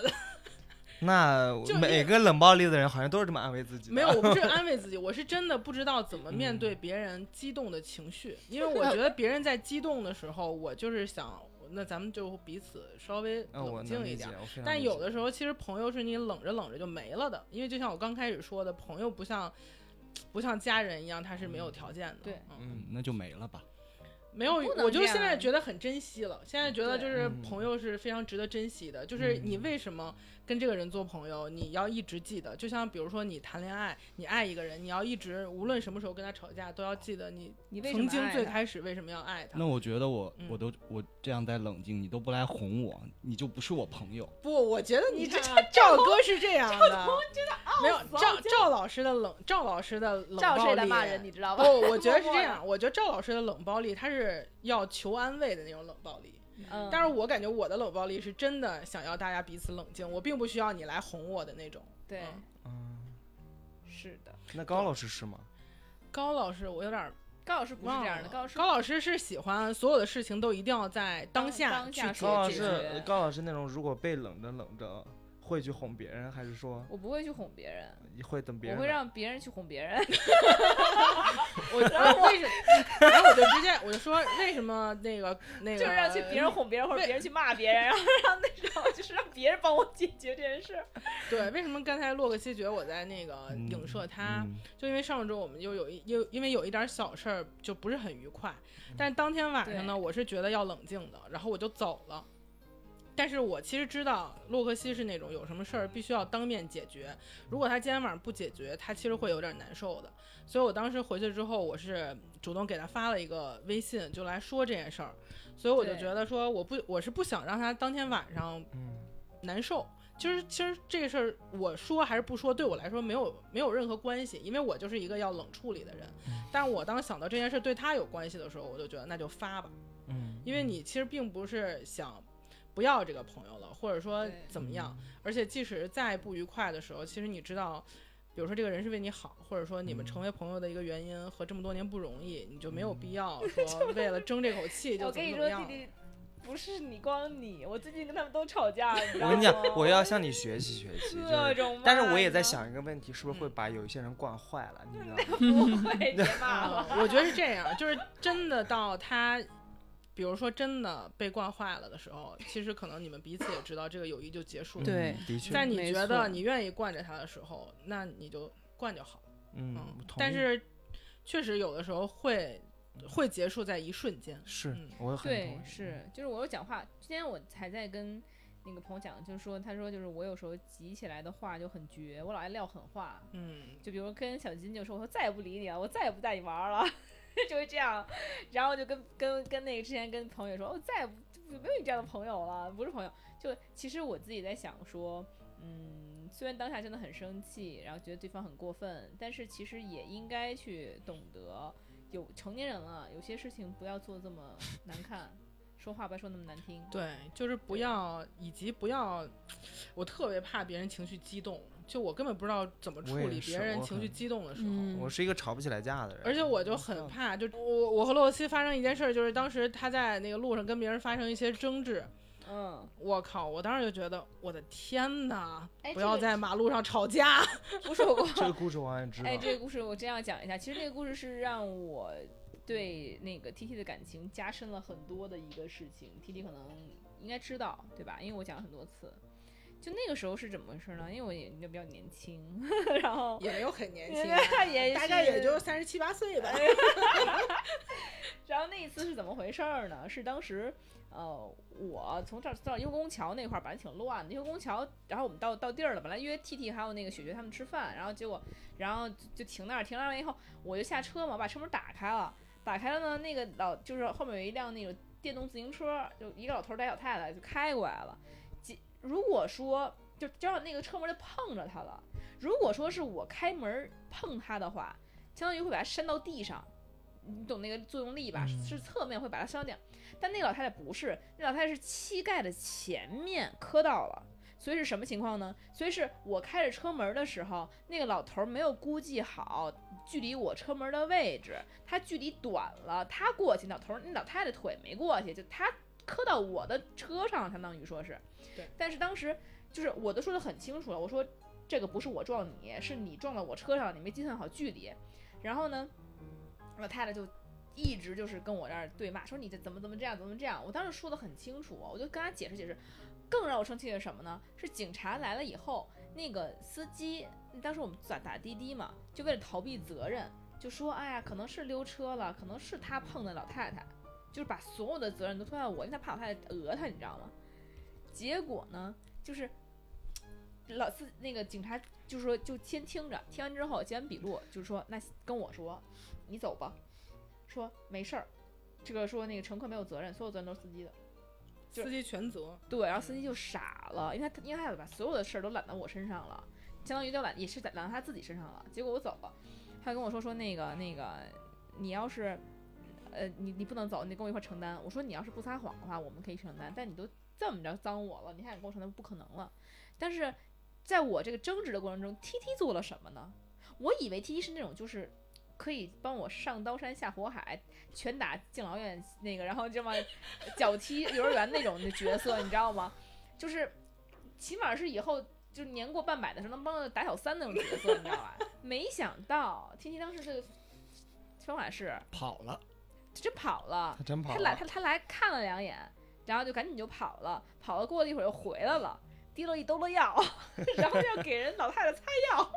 D: <laughs>
C: 那
D: 就
C: 每
D: 是
C: 个冷暴力的人好像都是这么安慰自己的。
D: 没有，我不是安慰自己，我是真的不知道怎么面
C: 嗯
D: 对别人激动的情绪，因为我觉得别人在激动的时候，我就是想，那咱们就彼此稍微
C: 嗯，我
D: 冷
C: 能
D: 静一
C: 理
D: 点
C: 解。，我非常
D: 但
C: 理
D: 有
C: 解
D: 的时候，其实朋友是你冷着冷着就没了的，因为就像我刚开始说的，朋友不像不像家人一样，他是没有条件的。
A: 对
D: 嗯，
B: 嗯，那就没了吧。
D: 没有，
A: 不能
D: 我就
A: 这
D: 现在
A: 样啊
D: 觉得很珍惜了。现在觉得
A: 对
D: 就是
C: 嗯
D: 朋友是非常值得珍惜的，就是你
C: 嗯
D: 为什么跟这个人做朋友，你要一直记得。就像比如说你谈恋爱，你爱一个人，你要一直无论什么时候跟他吵架，都要记得你
A: 你为什
D: 曾
A: 么
D: 经
A: 爱
D: 最
A: 他
D: 开始为什么要爱他
B: 那。我觉得我
D: 嗯
B: 我都我这样在冷静，你都不来哄我，你就不是我朋友。
D: 不，我觉得你
A: 你
D: 这
A: 这
D: 赵哥是这样的，没有
A: 我
D: 赵赵老师的冷，赵老师的冷
A: 赵
D: 暴
A: 谁在
D: 力。
A: 骂人，你知道
D: 不，
A: 吧？
D: 我觉得是
A: 默
D: 这
A: <laughs> 默
D: 样，我觉得赵老师的冷暴力，他是要求安慰的那种冷暴力。
A: 嗯，
D: 但是我感觉我的冷暴力是真的想要大家彼此冷静，我并不需要你来哄我的那种。
A: 对，
D: 嗯
C: 嗯，
A: 是的，
C: 那高老师是吗？
D: 高老师，我有点
A: 高老师不是
D: 忘
A: 这样
D: 了
A: 的，高老师
D: 高老师是喜欢所有的事情都一定要在当
A: 当
D: 下
A: 当
D: 去
A: 下
D: 解
A: 说
C: 高老
D: 决
C: 师
A: 决，
C: 高老师那种如果被冷着冷着，会去哄别人，还是说
A: 我不会去哄别人，
C: 会等别
A: 我
C: 人？
A: 会让别人去哄别
D: <laughs>
A: 人。
D: 我我 <laughs> 为什么？然后我就直接我就说为什么那个那
A: <laughs>
D: 个
A: 就是让去别人哄别人，或者
D: 为
A: 别人去骂别人，然后让那种就是让别人帮我解决这件事。
D: 对为什么刚才洛克西觉得我在那个
C: 嗯
D: 影射他？
C: 嗯
D: 就因为上周我们就有一又因为有一点小事儿就不是很愉快，但是当天晚上呢，我是觉得要冷静的，然后我就走了。但是我其实知道洛克西是那种有什么事儿必须要当面解决，如果他今天晚上不解决，他其实会有点难受的。所以我当时回去之后，我是主动给他发了一个微信，就来说这件事儿。所以我就
A: 对
D: 觉得说，我不我是不想让他当天晚上
C: 嗯
D: 难受。其实，其实这个事儿我说还是不说，对我来说没有没有任何关系，因为我就是一个要冷处理的人
C: 嗯。
D: 但我当想到这件事对他有关系的时候，我就觉得那就发吧，
C: 嗯，
D: 因为你其实并不是想不要这个朋友了，或者说
A: 对
C: 嗯
D: 怎么样。而且即使再不愉快的时候，其实你知道，比如说这个人是为你好，或者说你们
C: 嗯
D: 成为朋友的一个原因和这么多年不容易，你就没有必要
C: <laughs>
D: 说为了争这口气就
A: <laughs> 我
D: 怎
A: 跟
D: 么
A: 你
D: 怎
A: 说
D: 么，样
A: 弟
D: 了。
A: 弟，不是你光你，我最近跟他们都吵架，你知
C: 我
A: 道吗？
C: 跟你讲，我要向你学习学习，就
A: 各
C: 是。
A: 种骂。
C: 但是我也在
A: 你知道吗，
C: 想一个问题，是不是会把有一些人惯坏了？你知道吗？
A: 不会别骂
D: 啊 <laughs>
A: 了。，
D: 我觉得是这样，就是真的到他，比如说真的被惯坏了的时候，其实可能你们彼此也知道这个友谊就结束了。
E: 对
C: 嗯，的确，
D: 在你
E: 没
D: 觉得
E: 错
D: 你愿意惯着他的时候，那你就惯就好。
C: 嗯
D: 嗯，
C: 我同
D: 但
C: 意
D: 是确实有的时候会会结束在一瞬间。
C: 是
D: 嗯，
C: 我很
A: 对
C: 同，意
A: 是，就是我有讲话，今天我还在跟那个朋友讲，就是说，他说就是我有时候急起来的话就很绝，我老爱撂狠话，
D: 嗯，
A: 就比如跟小金就说，我说再也不理你了，我再也不带你玩儿了， <laughs> 就会这样。然后就跟跟跟那个之前跟朋友说，我哦再也不就没有你这样的朋友了，不是朋友。就其实我自己在想说，嗯，虽然当下真的很生气，然后觉得对方很过分，但是其实也应该去懂得，有成年人了，有些事情不要做这么难看， <laughs> 说话不要说那么难听。
D: 对，就是不要，以及不要，我特别怕别人情绪激动，就我根本不知道怎么处
C: 我也
D: 理
C: 是
D: 别人
C: 我
D: 情绪
C: 很
D: 激动的时候。
E: 嗯，
C: 我是一个吵不起来架的人，嗯
D: 而且我就很怕，就我我和洛西发生一件事儿，就是当时他在那个路上跟别人发生一些争执，
E: 嗯，
D: 我靠！我当时就觉得，我的天哪！
A: 哎
D: 不
A: 这
D: 要
A: 个
D: 在马路上吵架。
A: 不是我， <laughs>
C: 这个故事我好像也知道。
A: 哎，这个故事我真要讲一下。其实那个故事是让我对那个 T T 的感情加深了很多的一个事情。T T 可能应该知道，对吧？因为我讲了很多次。就那个时候是怎么回事呢？因为我也比较年轻，然后，
D: <laughs> 也没有很 <laughs> 年轻也哎
A: 也
D: 大概也
A: 是
D: 就三十七八岁吧。 <laughs>
A: 然后那一次是怎么回事儿呢？是当时，呃，我从这儿到幽宫桥那块儿本来挺乱的，幽宫桥，然后我们到到地儿了，本来约 T T 还有那个雪雪他们吃饭，然后结果，然后就就停那儿，停那儿以后我就下车嘛，我把车门打开了，打开了呢，那个老就是后面有一辆那种电动自行车，就一个老头儿带小太太就开过来了，即如果说就正好那个车门就碰着他了，如果说是我开门碰他的话，相当于会把他扇到地上。你懂那个作用力吧？
C: 嗯
A: 是侧面会把他扇到地上，但那个老太太不是，那老太太是膝盖的前面磕到了。所以是什么情况呢？所以是我开着车门的时候，那个老头儿没有估计好距离我车门的位置，他距离短了，他过去，老头儿那老太太腿没过去，就他磕到我的车上，相当于说是。
D: 对。
A: 但是当时就是我都说的很清楚了，我说这个不是我撞你，是你撞到我车上，你没计算好距离。然后呢，老太太就一直就是跟我这儿对骂，说你这怎么怎么这样，怎么这样。我当时说的很清楚，我就跟她解释解释。更让我生气的是什么呢？是警察来了以后，那个司机，当时我们打打滴滴嘛，就为了逃避责任，就说哎呀，可能是溜车了，可能是他碰的老太太，就是把所有的责任都推到我，因为他怕老太太讹他，你知道吗？结果呢，就是老司那个警察就说就先听着，听完之后结完笔录，就是说那跟我说，你走吧，说没事儿，这个说那个乘客没有责任，所有责任都是司机的。就
D: 司机全责，
A: 对，然后司机就傻了，因为他因为他把所有的事儿都揽到我身上了，相当于都揽也是在揽到他自己身上了。结果我走了，他跟我说说那个那个，你要是呃你你不能走，你得跟我一块儿承担。我说你要是不撒谎的话，我们可以承担，但你都这么着脏我了，你还想跟我承担，不可能了。但是在我这个争执的过程中，T T 做了什么呢？我以为 T T 是那种就是。可以帮我上刀山下火海，拳打敬老院那个，然后这么脚踢幼儿园那种的角色，你知道吗？就是起码是以后就年过半百的时候能帮着打小三那种角色，你知道吧？没想到 T T 当时这个方法是
C: 跑了，
A: 真跑了，
C: 他真跑
A: 他来他他来看了两眼，然后就赶紧就跑了，跑了过了一会儿又回来了。提了一兜了药， <laughs> 然后要给人老太太擦药，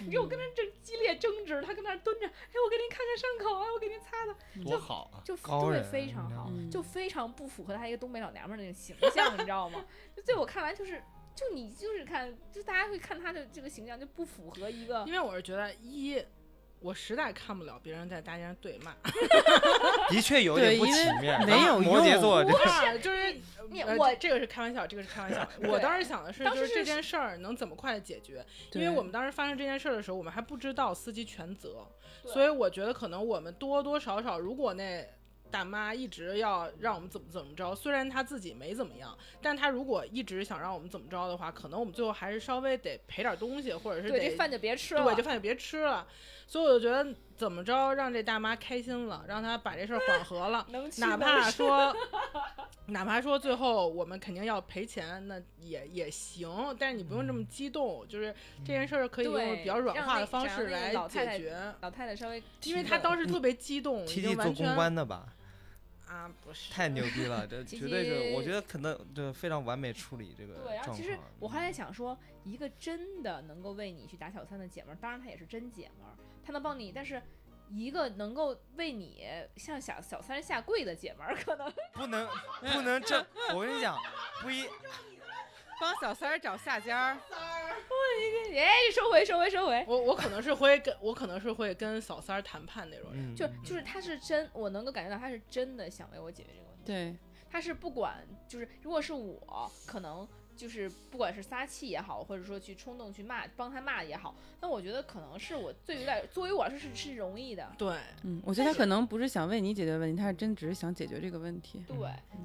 A: 你说我跟他这激烈争执，他跟那儿蹲着，哎，我给您看看伤口啊，我给您擦擦，
B: 多好啊！
A: 就
C: 高
A: 对
C: 人
A: 非常
C: 你知道
A: 好，
E: 吗
D: 嗯
A: 就非常不符合她一个东北老娘们儿那种形象，你知道吗？就在我看来，就是就你就是看，就大家会看她的这个形象就不符合一个
D: 因为我是觉得一，我实在看不了别人在大街上对骂；
C: 的确有
E: 对
C: 点不
E: 因
C: 体
E: 为
C: 面。
E: 没有
C: 摩羯
E: 用
C: 座这
D: 二就是
A: 你
D: 呃
A: 我
D: 这这个是开玩笑，这个是开玩笑。
A: 对
D: 我当时想的是，
A: 当
D: 就
A: 时
D: 是这
A: 是
D: 件事儿能怎么快的解决？因
E: 对
D: 为我们当时发生这件事儿的时候，我们还不知道司机全责，
A: 对
D: 所以我觉得可能我们多多少少，如果那大妈一直要让我们怎么怎么着，虽然她自己没怎么样，但她如果一直想让我们怎么着的话，可能我们最后还是稍微得赔点东西，或者是
A: 对这
D: 得
A: 饭就别吃
D: 对，
A: 了，
D: 这。饭就别吃了。所以我就觉得怎么着让这大妈开心了，让她把这事儿缓和了
A: 能吃
D: 哪
A: 能
D: 怕
A: 吃 <laughs>
D: 说，哪怕说最后我们肯定要赔钱，那也也行。但是你不用这
C: 嗯
D: 么激动，就是这件事儿可以用
A: 对
D: 比较软
A: 让
D: 化
A: 那
D: 的方
A: 让
D: 式
A: 那个
D: 来
A: 老太
D: 解
A: 太
D: 决。
A: 老太太稍微
D: 因为她当时特别激动，已
C: ，T
D: 经
C: T 做
D: 完
C: 公
D: 全
C: 关的吧，
D: 啊，不是
C: 太牛逼了，这
A: T
C: 绝对是，我
A: T
C: 觉得可能这非常完美处理这个
A: 对，然后
C: 状
A: 其实
C: 况嗯
A: 我还在想说，一个真的能够为你去打小三的姐们儿，当然她也是真姐们儿，她能帮你，但是一个能够为你向小小三下跪的姐们儿，可能 <laughs>
C: 不能不能这，我跟你讲，不一
E: 帮小三儿找下家儿，
A: 哎，收回收回收回，
D: 我我可能是会跟我可能是会跟小三儿谈判那种人。
C: 嗯，
A: 就就是她是真，我能够感觉到她是真的想为我解决这个问题。
E: 对，
A: 他是不管，就是如果是我，可能就是不管是撒气也好，或者说去冲动去骂，帮他骂也好，那我觉得可能是我对于来，作为我来说是是容易的，
D: 对，
E: 嗯，我觉得他可能不是想为你解决问题，他是真只是想解决这个问题。
A: 对。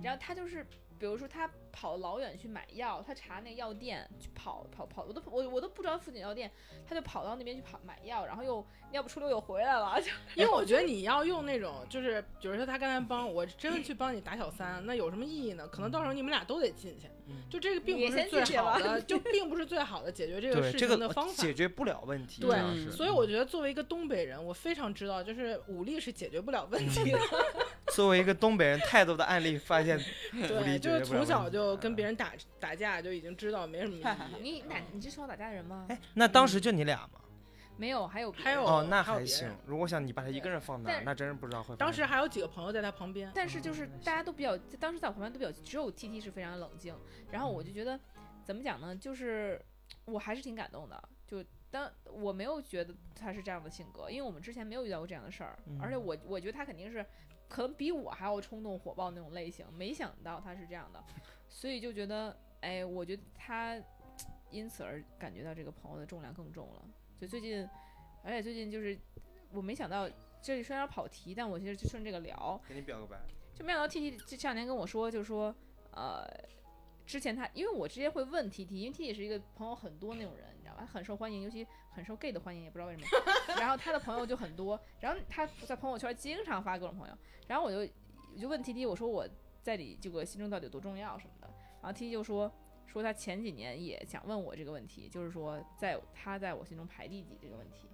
A: 然后他就是，比比如说他跑老远去买药，他查那个药店去跑跑跑，我都我我都不知道附近有药店，他就跑到那边去跑买药，然后又尿不出溜又回来了，就
D: 因为我觉得你要用那种，就是比如说他刚才帮我真的去帮你打小三，那有什么意义呢？可能到时候你们俩都得进去，
C: 嗯
D: 就这个并
A: 你
D: 不是
A: 先
D: 最
A: 进去
D: 好
A: 吧
D: 的，就并不是最好的解
C: <laughs>
D: 决这个
C: 对
D: 事
C: 这
D: 情
C: 个哦
D: 的方法
C: 解。决不了问题，
D: 对
B: 这样
E: 嗯
B: 是
D: 所以我觉得作为一个东北人，我非常知道，就是武力是解决不了问题的。
C: 作为一个东北人，太多的案例发现武力解
D: 对，就是
C: 决不了
D: 从
C: 问题
D: 小
C: 嗯
D: 就跟别人打打架就已经知道没什么意
A: <laughs>
D: 义。
A: 你哪你是从小打架的人吗？
C: 哎，那当时就你俩嘛？
A: 没有，还有别
D: 还
A: 人
D: 有
C: 哦，那
D: 嗯还有
C: 还
D: 别人
C: 行。如果想你把他一
A: 对
C: 个人放那儿，
A: 但
C: 那真是不知道会发生。
D: 当时还有几个朋友在他旁边，
A: 但是就是
C: 嗯那
A: 大家都比较，当时在我旁边都比较，只有 T T 是非常冷静。然后我就觉得，怎么讲呢？就是我还是挺感动的。就当我没有觉得他是这样的性格，因为我们之前没有遇到过这样的事儿，而且我我觉得他肯定是可能比我还要冲动火爆那种类型，没想到他是这样的，所以就觉得，哎，我觉得他因此而感觉到这个朋友的重量更重了。就最近，而且最近就是我没想到。这里虽然跑题，但我其实就顺这个聊，
C: 给你表个白，
A: 就没想到 T T 这这两天跟我说，就说呃，之前他因为我之前会问 T T，因为 T T 是一个朋友很多那种人，你知道吧？他很受欢迎，尤其很受 gay 的欢迎，也不知道为什么。 <laughs> 然后他的朋友就很多，然后他在朋友圈经常发各种朋友，然后我就我就问 T T，我说我在你这个心中到底有多重要什么的，然后 T T 就说。说他前几年也想问我这个问题，就是说在他在我心中排第几这个问题，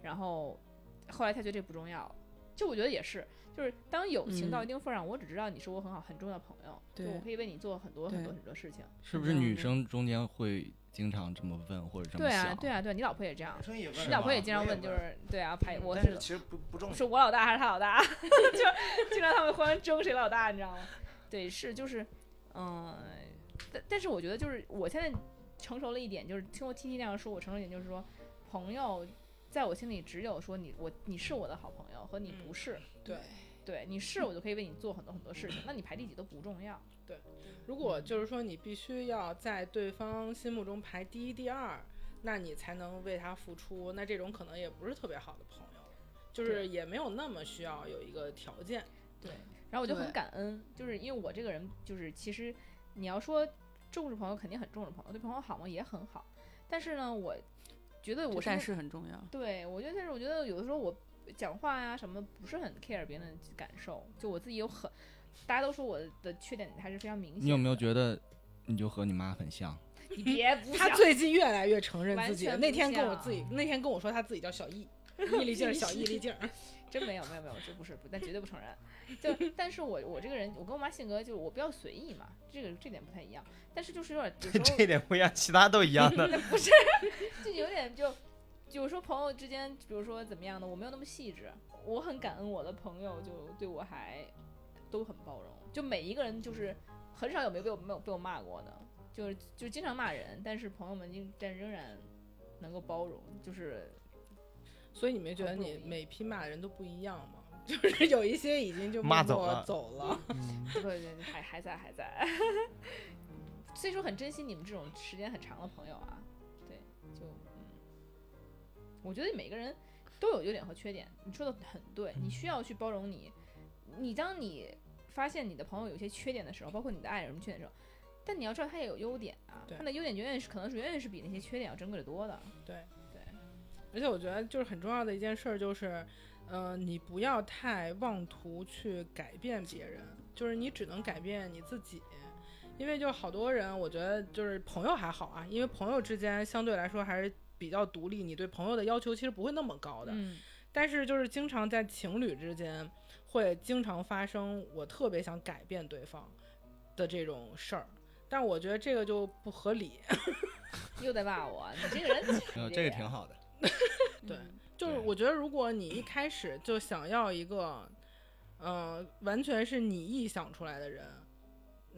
A: 然后后来他觉得这不重要，就我觉得也是，就是当友情到
E: 嗯
A: 一定份上，我只知道你是我很好很重要的朋友，就
E: 对
A: 我可以为你做很多很多
E: 对
A: 很多事情。
B: 是不是女生中间会经常这么问或者这么
A: 对
B: 想？
A: 啊，对啊，对啊，你老婆也这样，
C: 生也
A: 你老婆也经常问，就是对
B: 嗯
A: 啊，排我
C: 但
A: 是
C: 是其实不不重
A: 是我老大还是他老大， <laughs> 就是经常他们互相争谁老大，你知道吗？对，是就是，嗯、但但是我觉得就是我现在成熟了一点，就是听过 T T 那样说，我成熟一点就是说，朋友在我心里只有说你我你是我的好朋友和你
E: 嗯
A: 不是，
D: 对。
A: 对你是我就可以为你做很多很多事情，那你排第几都不重要。
D: 如果就是说你必须要在对方心目中排第一、第二，那你才能为他付出，那这种可能也不是特别好的朋友，就是
A: 对
D: 也没有那么需要有一个条件。
A: 然后我就很
E: 对
A: 感恩，就是因为我这个人就是其实你要说重视朋友，肯定很重视朋友，对朋友好嘛也很好，但是呢，我觉得我
E: 我
A: 是那
E: 但是很重要。
A: 对，我觉得，但是我觉得有的时候我讲话呀、什么的不是很 care 别人的感受，就我自己有很，大家都说我的缺点还是非常明显的。
B: 你有没有觉得你就和你妈很像？
A: 你别不
D: 他
A: 想
D: 最近越来越承认
A: 完
D: 自己了。
A: 全
D: 那
A: 不
D: 天跟我
A: 像
D: 自己，那天跟我说他自己叫小 <laughs> 易，毅力劲儿，小毅力劲儿。
A: 真没有没有没有，这不是不，但绝对不承认。就但是我我这个人，我跟我妈性格就是我比较随意嘛，这个这点不太一样。但是就是有点有时候
C: <laughs> 这一点不一样，其他都一样
D: <laughs>
C: 的。
A: 不是，就有点就，有时候朋友之间，比如说怎么样的，我没有那么细致，我很感恩我的朋友，就对我还都很包容，就每一个人就是很少有没有被我没有被我骂过的，就是就经常骂人，但是朋友们仍但仍然能够包容，就是
D: 所以你们觉得
A: 好不
D: 你
A: 容易
D: 每匹马的人都不一样吗？ <laughs> 就是有一些已经就
C: 骂
D: 默
C: 走
D: 默
C: 了
D: 走了，
C: 嗯
A: 对对对，还还在还在， <laughs> 所以说很珍惜你们这种时间很长的朋友啊，对，就嗯，我觉得每个人都有优点和缺点，你说的很对，你需要去包容你，你当你发现你的朋友有些缺点的时候，包括你的爱人有什么缺点的时候。但你要知道他也有优点啊，
D: 对
A: 他的优点永远是可能是远远是比那些缺点要珍贵的多的。
D: <laughs> 而且我觉得就是很重要的一件事儿就是，呃，你不要太妄图去改变别人，就是你只能改变你自己。因为就好多人，我觉得就是朋友还好啊，因为朋友之间相对来说还是比较独立，你对朋友的要求其实不会那么高的。
A: 嗯，
D: 但是就是经常在情侣之间会经常发生我特别想改变对方的这种事儿，但我觉得这个就不合理。
A: 又在骂我，你这个
B: <laughs>
A: 人
B: 没呃有，这个挺好的。
D: 对
A: 嗯
D: 就是
B: 对
D: 我觉得如果你一开始就想要一个，呃，完全是你臆想出来的人。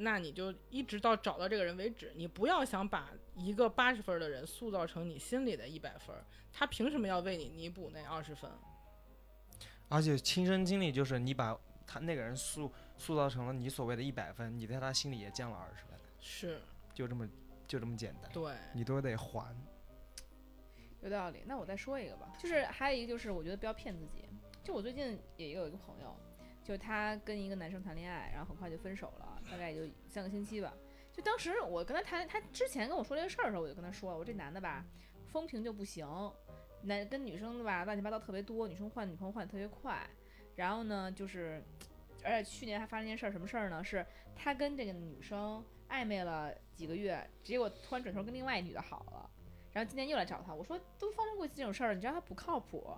D: 那你就一直到找到这个人为止，你不要想把一个八十分的人塑造成你心里的一百分儿，他凭什么要为你弥补那二十分？
C: 而且亲身经历就是，你把他那个人塑塑造成了你所谓的一百分，你在他心里也降了二十分，
D: 是
C: 就这么就这么简单，
D: 对，
C: 你都得还。
A: 有道理，那我再说一个吧，就是还有一个就是，我觉得不要骗自己。就我最近也有一个朋友，就是她跟一个男生谈恋爱，然后很快就分手了，大概也就三个星期吧。就当时我跟她谈，她之前跟我说这个事儿的时候，我就跟她说，我说这男的吧，风评就不行，男跟女生的吧乱七八糟特别多，女生换女朋友换的特别快。然后呢，就是，而且去年还发生一件事儿，什么事儿呢？是他跟这个女生暧昧了几个月，结果突然转头跟另外一女的好了，然后今年又来找他。我说都发生过这种事儿，你知道他不靠谱，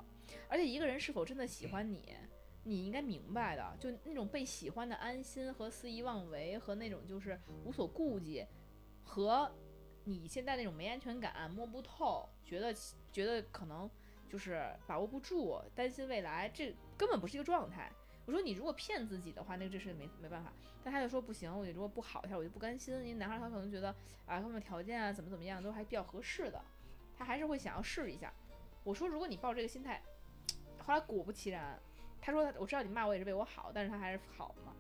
A: 而且一个人是否真的喜欢你，你应该明白的。就那种被喜欢的安心和肆意妄为，和那种就是无所顾忌，和你现在那种没安全感、摸不透，觉得觉得可能就是把握不住，担心未来，这根本不是一个状态。我说你如果骗自己的话，那这事没没办法。但他就说不行，我就如果不好一下，我就不甘心。因为男孩他可能觉得啊，他们条件啊，怎么怎么样都还比较合适的，他还是会想要试一下。我说如果你抱这个心态，后来果不其然，他说他我知道你骂我也是为我好，但是他还是好嘛。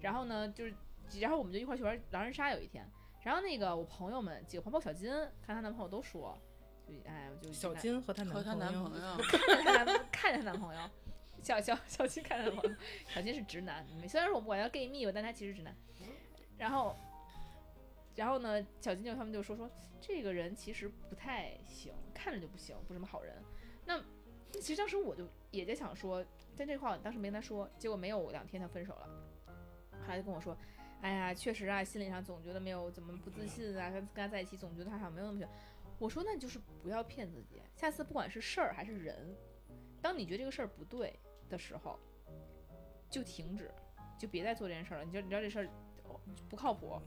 A: 然后呢，就是然后我们就一块儿去玩狼人杀有一天，然后那个我朋友们几个朋友小金看她男朋友都说，就哎我就
D: 小
A: 难
D: 金和她
E: 和她男
D: 男
E: 朋
D: 友，
E: 友，
A: 看着她男 <laughs> 看着她男朋友，小小小金看着她男朋友，小金是直男，虽然说我不管他 gay 蜜吧，但他其实直男。然后，然后呢，小金就他们就说说这个人其实不太行，看着就不行，不是什么好人。那其实当时我就也在想说，但这话我当时没跟他说，结果没有两天他分手了，后来就跟我说。哎呀，确实啊，心理上总觉得没有怎么不自信啊，跟跟他在一起总觉得他好像没有那么喜欢。我说那就是不要骗自己，下次不管是事儿还是人，当你觉得这个事儿不对的时候，就停止，就别再做这件事儿了。你就你知道这事儿哦不靠谱，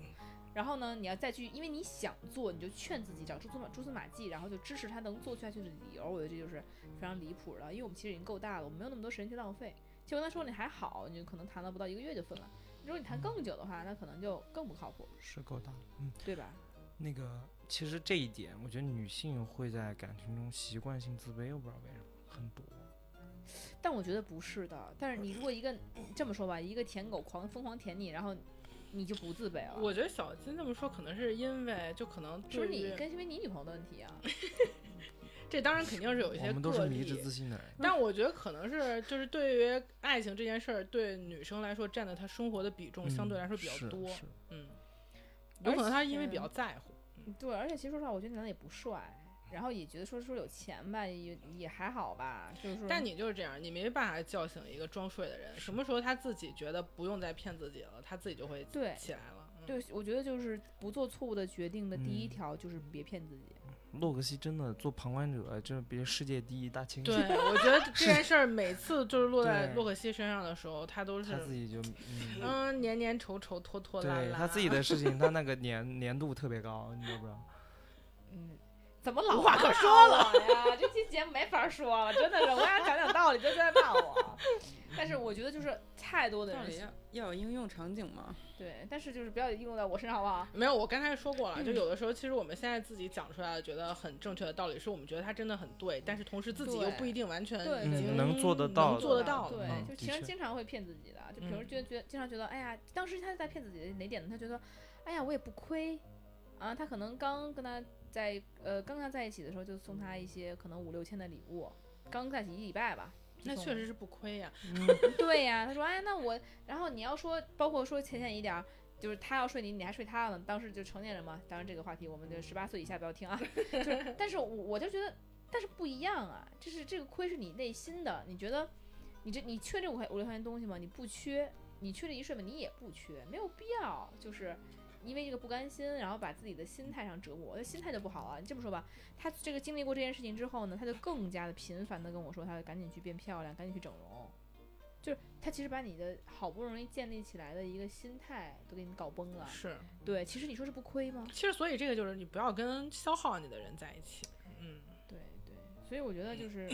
A: 然后呢，你要再去，因为你想做，你就劝自己找蛛丝马蛛丝马迹，然后就支持他能做下去的理由。我觉得这就是非常离谱的，因为我们其实已经够大了，我们没有那么多时间去浪费。就跟他说你还好，你可能谈了不到一个月就分了。如果你谈更久的话，那可能就更不靠谱，
C: 是够大的。嗯，
A: 对吧？
C: 那个其实这一点，我觉得女性会在感情中习惯性自卑，我不知道为什么很多。
A: 但我觉得不是的。但是你如果一个这么说吧，一个舔狗狂疯狂舔你，然后你就不自卑了。
D: 我觉得小金这么说，可能是因为就可能
A: 啊是不是
D: 对
A: 你
D: 于
A: 跟是因为你女朋友的问题啊？ <laughs>
D: 这当然肯定是有一些
C: 我们都
D: 个
C: 是迷
D: 例
C: 之自信的人，
D: 但我觉得可能是就是对于爱情这件事儿，对女生来说占的她生活的比重相对来说比较
C: 嗯
D: 多，
C: 是是
D: 嗯，
A: 而
D: 有可能她因为
A: 且
D: 比较在乎，
A: 对，而且其实说实话，我觉得男的也不帅，然后也觉得说说有钱吧，也也还好吧，就是说。
D: 但你就是这样，你没办法叫醒一个装睡的人，什么时候她自己觉得不用再骗自己了，她自己就会
A: 对
D: 起来了，嗯，
A: 对，我觉得就是不做错误的决定的第一
C: 嗯
A: 条就是别骗自己。
C: 洛克希真的做旁观者，就是别世界第一大清
D: 对
C: 醒，
D: 我觉得这件事儿每次就是落在
C: 对
D: 洛可西身上的时候，她都
C: <laughs>
D: 是
C: 他自己就嗯，
D: 嗯黏黏稠稠拖拖拉
C: 对
D: 拉，
C: 他自己的事情，
D: <laughs>
C: 他那个粘粘度特别高，你知道不知道？
A: 嗯，怎么老
D: 无话
A: 骂
D: 可说
A: 我呀？这期节目没法说了，真的是，我想讲讲道理，就在骂我。 <laughs> 但是我觉得就是太多的
E: 到
A: 人
E: 底
D: 啊
A: 喜
E: 要要有应用场景嘛？
A: 对，但是就是不要应用在我身上，好不好？
D: 没有，我刚才说过了，
A: 嗯
D: 就有的时候，其实我们现在自己讲出来的，觉得很正确的道理，是我们觉得它真的很对，但是同时自己又
A: 对
D: 不一定完全
A: 对
D: 已
A: 对
D: 经
A: 对
C: 能做得到
D: 能做得
C: 的
D: 到
A: 对，
C: 嗯
A: 就
C: 的
A: 其实
C: 确
A: 经常会骗自己的，啊就比如
D: 嗯
A: 觉得觉得经常觉得，哎呀，当时他在骗自己的哪点呢？他觉得，哎呀，我也不亏啊。他可能刚跟他在呃刚刚在一起的时候，就送他一些可能五六千的礼物，刚在一起一礼拜吧。就
D: 那
A: 送
D: 确
A: 了
D: 实是不亏呀、
A: 对呀、他说，哎，那我，然后你要说，包括说浅显一点儿，就是他要睡你，你还睡他了，当时就成年人嘛。当然这个话题我们就十八岁以下不要听啊。就是，但是我我就觉得，但是不一样啊，这是这个亏是你内心的，你觉得你这你缺这五块五六块钱东西吗？你不缺，你缺这一瞬吧，你也不缺，没有必要，就是。因为这个不甘心，然后把自己的心态上折磨，那心态就不好了。你这么说吧，他这个经历过这件事情之后呢，他就更加的频繁的跟我说，他赶紧去变漂亮，赶紧去整容，就是他其实把你的好不容易建立起来的一个心态都给你搞崩了。
D: 是，
A: 对，其实你说这不亏吗？
D: 其实所以这个就是你不要跟消耗你的人在一起，嗯，
A: 对对，所以我觉得就是，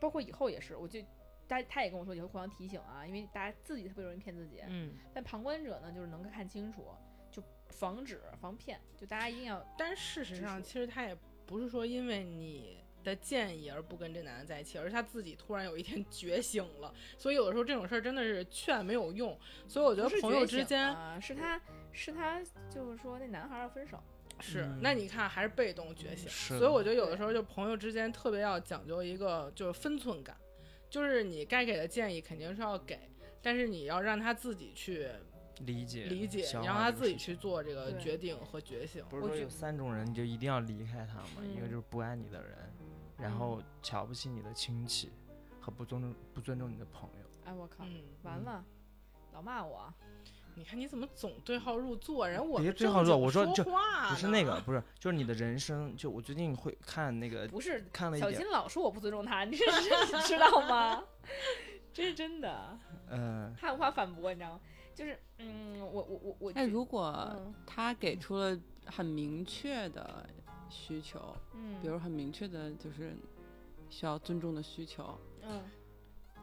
A: 包括以后也是，我就他他也跟我说以后互相提醒啊，因为大家自己特别容易骗自己，
D: 嗯，
A: 但旁观者呢就是能够看清楚，就防止防骗，就大家一定要
D: 但是事实上，
A: 指
D: 其实他也不是说因为你的建议而不跟这男的在一起，而是他自己突然有一天觉醒了，所以有的时候这种事儿真的是劝没有用，所以我觉
A: 不
D: 得
A: 是
D: 朋友
A: 觉
D: 之
A: 醒
D: 间
A: 啊，是他是他就是说那男孩要分手，
D: 是，
C: 嗯
D: 那你看还是被动觉醒，
C: 是
D: 所以
C: 的
D: 我觉得有的时候就朋友之间特别要讲究一个就是分寸感，就是你该给的建议肯定是要给，但是你要让他自己去
C: 理解
D: 理解，
C: 消
D: 你让
C: 化
D: 他
C: 这个
D: 自己
C: 事
D: 去
C: 情。
D: 做这个
A: 对
D: 决定和觉醒。
C: 不是
A: 我
C: 说
A: 觉
C: 有三种人你就一定要离开他吗？一个
A: 嗯
C: 就是不爱你的人，然
D: 嗯
C: 后瞧不起你的亲戚，和不尊重不尊重你的朋友。
A: 哎，我靠，
D: 嗯，
A: 完了，老骂我啊，
D: 你看你怎么总对号入座？人我
C: 别
D: 们
C: 对
D: 正
C: 号入座
D: 经
C: 我说
D: 说
C: 这
D: 话
C: 不是
D: 呢
C: 那个，不是，就是你的人生。就我最近会看那
D: 呃
C: 个，
A: 不是
C: 看了一
A: 小
C: 点
A: 金，老说我不尊重他，你这是 <laughs> 你知道吗？这是真的，
C: 嗯、
A: 他无法反驳，你知道吗？就是，嗯，我我我我觉，
E: 哎，如果
A: 嗯
E: 他给出了很明确的需求，
A: 嗯，
E: 比如很明确的就是需要尊重的需求，
A: 嗯，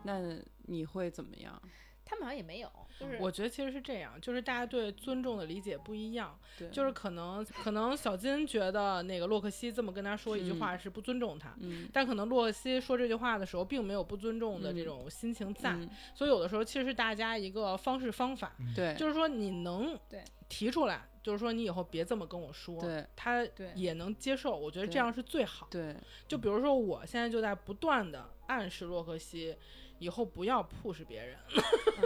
E: 那你会怎么样？
A: 他们好像也没有，就是
D: 我觉得其实是这样，就是大家对尊重的理解不一样，
E: 对，
D: 就是可能可能小金觉得那个洛克希这么跟他说一句话是不尊重他，
E: 嗯，
D: 但可能洛克希说这句话的时候并没有不尊重的这
E: 嗯
D: 种心情在，
E: 嗯
D: 所以有的时候其实是大家一个方式方法，
E: 对，
D: 就是说你能
A: 对
D: 提出来，就是说你以后别这么跟我说，
E: 对
D: 他
A: 对
D: 也能接受，我觉得这
E: 对
D: 样是最好。
E: 对
D: 就比如说，我现在就在不断的暗示洛克希，以后不要 push 别人。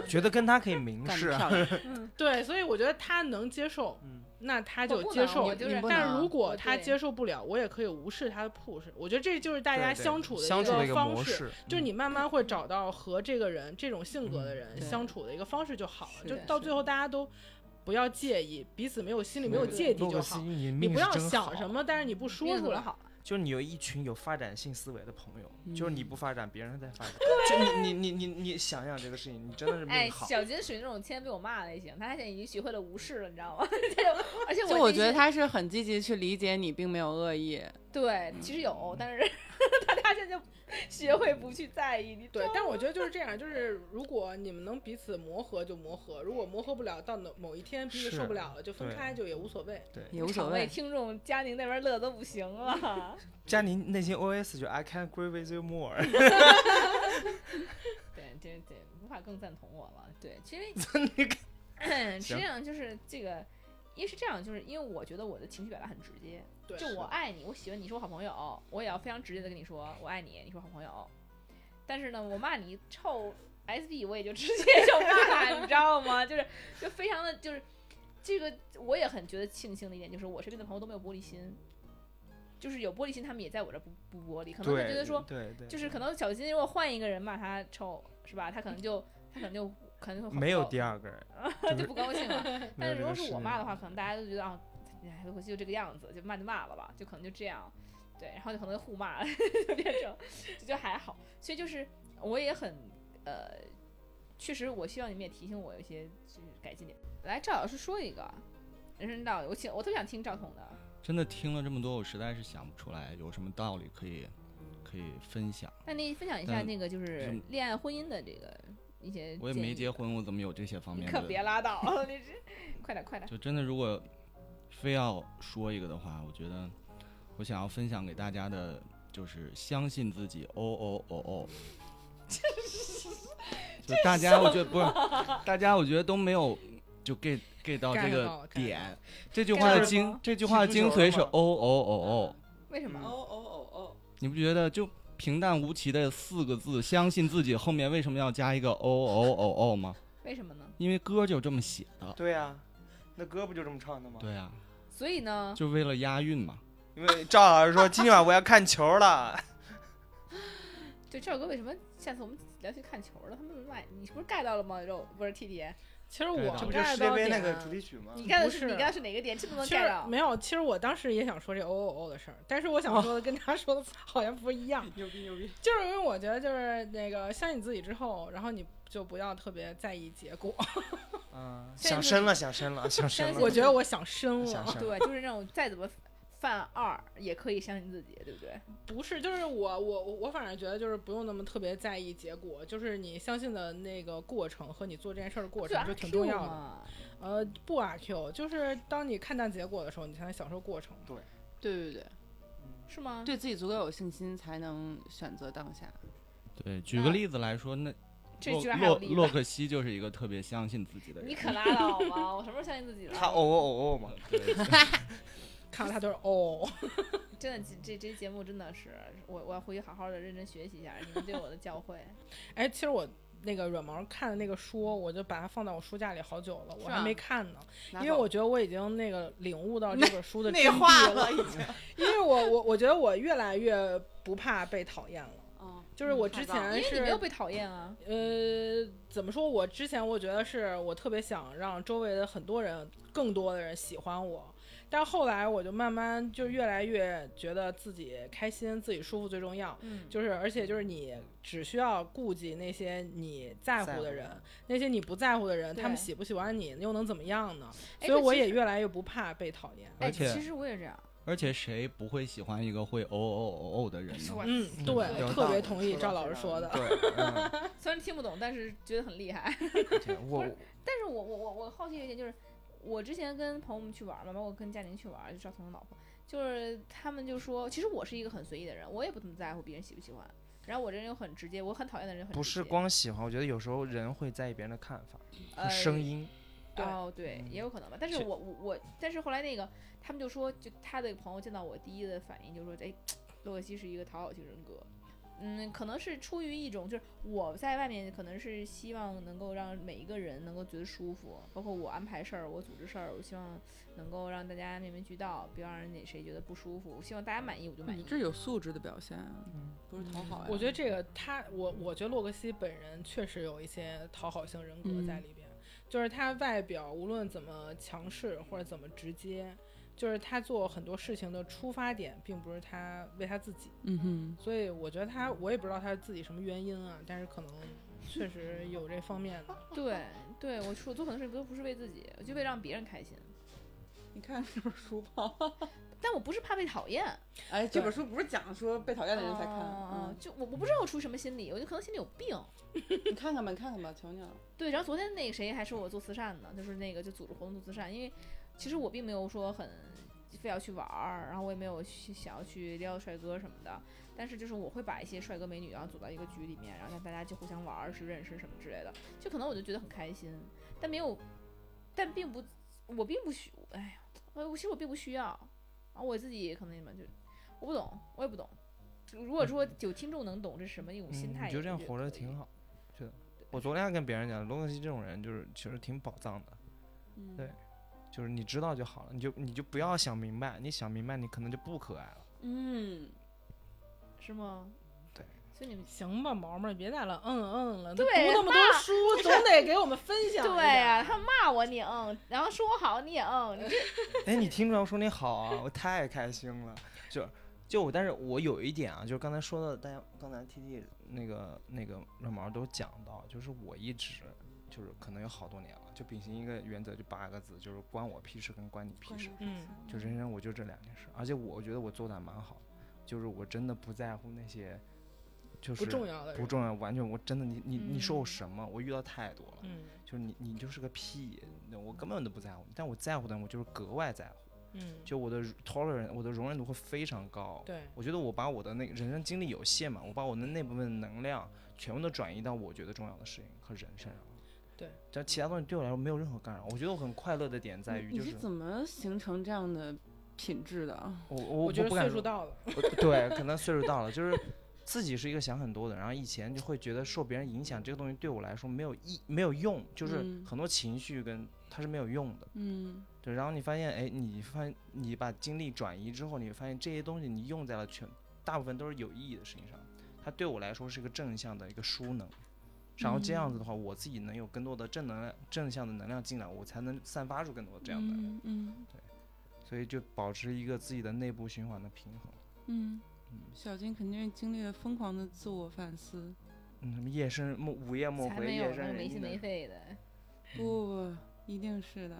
C: 觉得跟他可以明
E: 干
C: 示
E: 得
C: 啊，
E: 漂亮，
D: 对，所以我觉得他能接受，
C: 嗯
D: 那他
A: 我
D: 就
A: 不
D: 接
A: 能
D: 受
A: 我。就是
E: 你不能
D: 但如果
A: 我
D: 他
A: 对
D: 接受不了，我也可以无视他的 push。我觉得这就是大
C: 对
D: 家
C: 对
D: 相处的
C: 相处的一个
D: 个方
C: 模
D: 式，
C: 式，
D: 就是
C: 嗯
D: 你慢慢会找到和这个人这种性格的
C: 嗯
D: 人
E: 对
D: 相处的一个方式就好了。
E: 是
D: 就
E: 的
D: 到
E: 是
D: 最后，大家都不要介意，彼此没有心里没有
C: 对
D: 芥蒂
C: 洛
D: 就
C: 克希
D: 好。
C: 你的
D: 你
C: 命
D: 不
C: 是
D: 要
C: 真好
D: 想什么，但是你不说出来，
A: 好，
C: 就是你有一群有发展性思维的朋友，就是你
E: 嗯
C: 不发展，别人在发展。就你你你你你想想这个事情，你真的是
A: 哎，
C: 命好。
A: 小金属于那种天天被我骂的类型，他现在已经学会了无视了，你知道吗？ <laughs> 这种，而且
E: 就
A: 我
E: 我
A: 这
E: 觉得
A: 些
E: 他是很积极去理解你，并没有恶意。
A: 对，其实有，但是 <laughs> 他他现在就学会不去在意，你
D: 对，但我觉得就是这样，就是如果你们能彼此磨合就磨合，如果磨合不了，到某某一天彼此受
C: 是
D: 不了了，就分
C: 对
D: 开，就也无所谓。
E: 也无所
A: 场内
E: 谓。
A: 听众佳宁那边乐得不行了。 <laughs>
C: 佳宁内心 OS 就 I can't agree with you more，
A: 对，这这无法更赞同我了。对，其实
E: <laughs>
A: 嗯
C: 那个
A: 实际上就是这个，因为是这样，就是因为我觉得我的情绪表达很直接，
D: 对，
A: 就我爱你，我喜欢你，是我好朋友，我也要非常直接的跟你说我爱你，你是我好朋友。但是呢，我骂你臭 SB，我也就直接就骂他，你知道吗？就是就非常的就是这个，我也很觉得庆幸的一点就是我身边的朋友都没有玻璃心，就是有玻璃心，他们也在我这儿不不玻璃，可能他觉得说
C: <laughs> 对对，
A: 就是可能小金如果换一个人骂他臭是吧？他可能就他可能就可能就
C: 没有
A: 好
C: 第二个人，
A: 就不高兴了。
C: 没
A: 但
C: 有
A: 是
C: 这
A: 如果
C: 个
A: 是
C: 事
A: 我
C: 情
A: 骂的话，可能大家都觉得啊，哎，回去就这个样子，就骂就骂了吧，就可能就这样，对，然后就可能互骂， <laughs> 就变成就就还好。所以就是我也很呃，确实我希望你们也提醒我有一些就是改进点。来，赵老师说一个人生道理，我请我特别想听赵彤的。
B: 真的听了这么多，我实在是想不出来有什么道理可以可以分享。
A: 那你分享一下
B: 但
A: 那个就是
B: 是
A: 恋爱婚姻的这个一些，
B: 我也没结。婚，我怎么有这些方
A: 你 <laughs>
B: 面
A: 可
B: 的？
A: 别拉倒了，你这快点快点。
B: 就真的，如果非要说一个的话，我觉得我想要分享给大家的就是相信自己。哦哦哦哦，就大家，我觉得不是，大家我觉得都没有就 get get 到这
D: get
B: 个
D: 到，get
B: 点。这句话
A: 到
B: 的
A: 了
B: 精
A: 吗，
B: 这句话的精髓是哦哦哦哦。
A: 为什么？
E: 哦哦
B: 你不觉得就平淡无奇的四个字“相信自己”后面为什么要加一个哦哦哦哦吗？
A: 为什么呢？
B: 因为歌就这么写的。
C: 对啊，那歌不就这么唱的吗？
B: 对啊，
A: 所以呢，
B: 就为了押韵嘛。
C: 因为赵老师说今晚我要看球了，
A: 对赵哥为什么下次我们聊去看球了？他们买你是不是 get 到了吗？肉不是 T 点，
D: 其实
B: 对
D: 我
B: 的
C: 这不就
D: get 到
C: 世界杯
D: 点
C: 那个主题曲吗？
A: 你 get 的
D: 不
A: 是
D: 是
A: 你 get 的是哪个点？这都能
D: 其
A: get
D: 实
A: 到。
D: 没有，其实我当时也想说这哦哦哦的事儿，但是我想说的跟他说的 <laughs> 好像不一样，
E: 牛逼牛逼！
D: 就是因为我觉得就是那个相信自己之后，然后你就不要特别在意结果。
C: 嗯，
A: 现在就
C: 想
A: 是
C: 深了，想深了，想深
A: 相
C: 了。
A: 信
D: 我觉得我想深
C: 想
D: 了，
C: 深了，
A: 对，就是那种再怎么犯二也可以相信自己，对不对？
D: 不是，就是我我我我反正觉得就是不用那么特别在意结果，就是你相信的那个过程和你做这件事儿的过
A: 就
D: 程就挺重
A: RQ
D: 要的。
A: 嘛。
D: 呃，不 RQ，就是当你看淡结果的时候，你才能享受过程。
E: 对对对，
A: 是吗？
E: 对自己足够有信心，才能选择当下。
B: 对，举
A: 那
B: 个例子来说，那
A: 这
B: 洛
A: 居然还有
B: 洛
A: 例
B: 洛
A: 子，
B: 克希就是一个特别相信自己的人。
A: 你可拉倒吧！我什么时候相信自己了？
C: 他哦哦哦嘛，
B: 对
D: 看到他就是哦，
A: 真的，这这这
D: <laughs>
A: 节目真的是我我要回去好好的认真学习一下你们对我的教诲。
D: 哎，其实我那个软毛看的那个书，我就把它放在我书架里好久了，我
E: 是
D: 还
E: 啊
D: 没看呢，
E: 拿
D: 因为
E: 走
D: 我觉得我已经那个领悟
E: <laughs>
D: 到这本书的
E: 内
D: 真
E: 化
D: 谛了，
E: 已经。
D: 因为我我我觉得我越来越不怕被讨厌了，
E: 嗯，
D: 就是我
E: 嗯
D: 之
E: 太棒了
A: 因为
D: 前是
A: 你没有被讨厌啊，
D: 呃，怎么说？我之前我觉得是我特别想让周围的很多人、更多的人喜欢我，但后来我就慢慢就越来越觉得自己开心、自己舒服最重要。
E: 嗯，
D: 就是，而且就是你只需要顾及那些你在
C: 在
D: 乎的
C: 乎
D: 人，那些你不在乎的人，他们
A: 对
D: 喜不喜欢你又能怎么样呢？
A: 哎
D: 所以
A: 那
D: 我
A: 其
D: 也
A: 实
D: 越来越不怕被讨厌。
A: 哎，
B: 而且
A: 其实我也这样，
B: 而且谁不会喜欢一个会哦哦哦哦的人呢？
D: 嗯，对，
C: 有
D: 特
C: 道
D: 别
C: 理
D: 同意
C: 说
D: 赵
C: 到
D: 老
C: 这
D: 师说的。
C: 对，嗯
A: 虽然听不懂，但是觉得很厉害。
C: 对嗯我
A: 但是我我我我好奇一点，就是我之前跟朋友们去玩嘛，包括跟佳宁去玩，就赵彤的老婆，就是他们就说，其实我是一个很随意的人，我也不怎么在乎别人喜不喜欢。然后我这人又很直接，我很讨厌的人就很
C: 不
A: 直
C: 是
A: 接
C: 光喜欢，我觉得有时候人会在意别人的看法、
A: 呃
C: 声音。
D: 对
A: 哦，对，也有可能吧。但是
C: 是
A: 我我我，但是后来那个他们就说，就他的朋友见到我第一的反应就说，哎，洛克西是一个讨好型人格。嗯，可能是出于一种，就是我在外面可能是希望能够让每一个人能够觉得舒服，包括我安排事儿，我组织事儿，我希望能够让大家面面俱到，不要让人哪谁觉得不舒服，我希望大家满意我就满
E: 你
A: 意。
E: 嗯这有素质的表现啊，
C: 嗯
E: 不是讨好呀。
D: 我觉得这个他，我我觉得洛克希本人确实有一些讨好型人格在里边，就是他外表无论怎么强势或者怎么直接，就是他做很多事情的出发点并不是他为他自己，
E: 嗯哼，
D: 所以我觉得他，我也不知道他自己什么原因啊，但是可能确实有这方面的。
A: 对对，我说我做很多事情都不是为自己，我就为让别人开心。
E: 你看这本书吧，
A: 但我不是怕被讨厌，
E: 哎，这本书不是讲说被讨厌的人才看，
A: 哦
E: 嗯，
A: 就我我不知道我出于什么心理，我就可能心里有病。
E: 你看看吧，你看看吧，瞧瞧。
A: 对，然后昨天那个谁还说我做慈善呢，就是那个就组织活动做慈善，因为其实我并没有说很非要去玩儿，然后我也没有去想要去撩帅哥什么的，但是就是我会把一些帅哥美女然后啊组到一个局里面，然后让大家就互相玩儿、去认识什么之类的，就可能我就觉得很开心，但没有，但并不，我并不需，哎呀，我我其实我并不需要，然后我自己可能什么就我不懂，我也不懂。如果说有听众能懂这是什么一种心态也
C: 嗯，你就这样
A: 可以
C: 活着挺。好，觉得。我昨天还跟别人讲，罗克西这种人就是其实挺宝藏的，
E: 嗯，
C: 对就是你知道就好了，你就你就不要想明白，你想明白你可能就不可爱了。
E: 嗯，
A: 是吗？
C: 对，
A: 所以你们
D: 行吧，毛毛，别再了，嗯嗯了，都读
A: 对
D: 那么多书，总得给我们分享一下。
A: 对呀、他骂我你嗯，然后说我好你也嗯，你这
C: 哎，你听出来我说你好啊，我太开心了。就就我，但是我有一点啊，就是刚才说的，大家刚才 T T 那个那个软毛都讲到，就是我一直就是可能有好多年了，就秉行一个原则，就八个字，就是关我屁事跟关你屁
E: 关
C: 事
E: 于。
D: 嗯
C: 就人生我就这两件事，而且我觉得我做的还蛮好，就是我真的不在乎那些，就是
D: 不重要的人
C: 不重要，完全我真的你你你说我
A: 嗯
C: 什么？我遇到太多了，
D: 嗯
C: 就是你你就是个屁，那我根本都不在乎你，但我在乎的我就是格外在乎，
D: 嗯，
C: 就我的 tolerance 我的容忍度会非常高。
D: 对，
C: 我觉得我把我的那个人生经历有限嘛，我把我的那部分能量全部都转移到我觉得重要的事情和人身上了。
D: 对，
C: 但其他东西对我来说没有任何干扰。我觉得我很快乐的点在于，
E: 嗯你
C: 就
E: 你
C: 是
E: 是怎么形成这样的品质的啊？
C: 我我
D: 我觉得
C: 不敢
D: 岁
C: 说
D: 数到了，
C: 我对，可能岁数到了，就是自己是一个想很多的，然后以前就会觉得受别人影响，这个东西对我来说没有意没有用，就是
E: 嗯
C: 很多情绪跟它是没有用的。
E: 嗯，
C: 对，然后你发现，哎，你发现你把精力转移之后，你会发现这些东西你用在了全大部分都是有意义的事情上，它对我来说是一个正向的一个输能。然后这样子的话，我自己能有更多的正能量、正向的能量进来，我才能散发出更多这样的能量。
E: 嗯嗯
C: 所以就保持一个自己的内部循环的平衡。
E: 嗯，小金肯定是经历了疯狂的自我反思。
C: 嗯，什么夜深梦午夜梦
A: 才
C: 回，
A: 没有
C: 哎夜
A: 那
C: 深
A: 个
C: 人
A: 没
C: 静
A: 心
C: 的
A: 没肺的，
C: 嗯
E: 不不不，一定是的。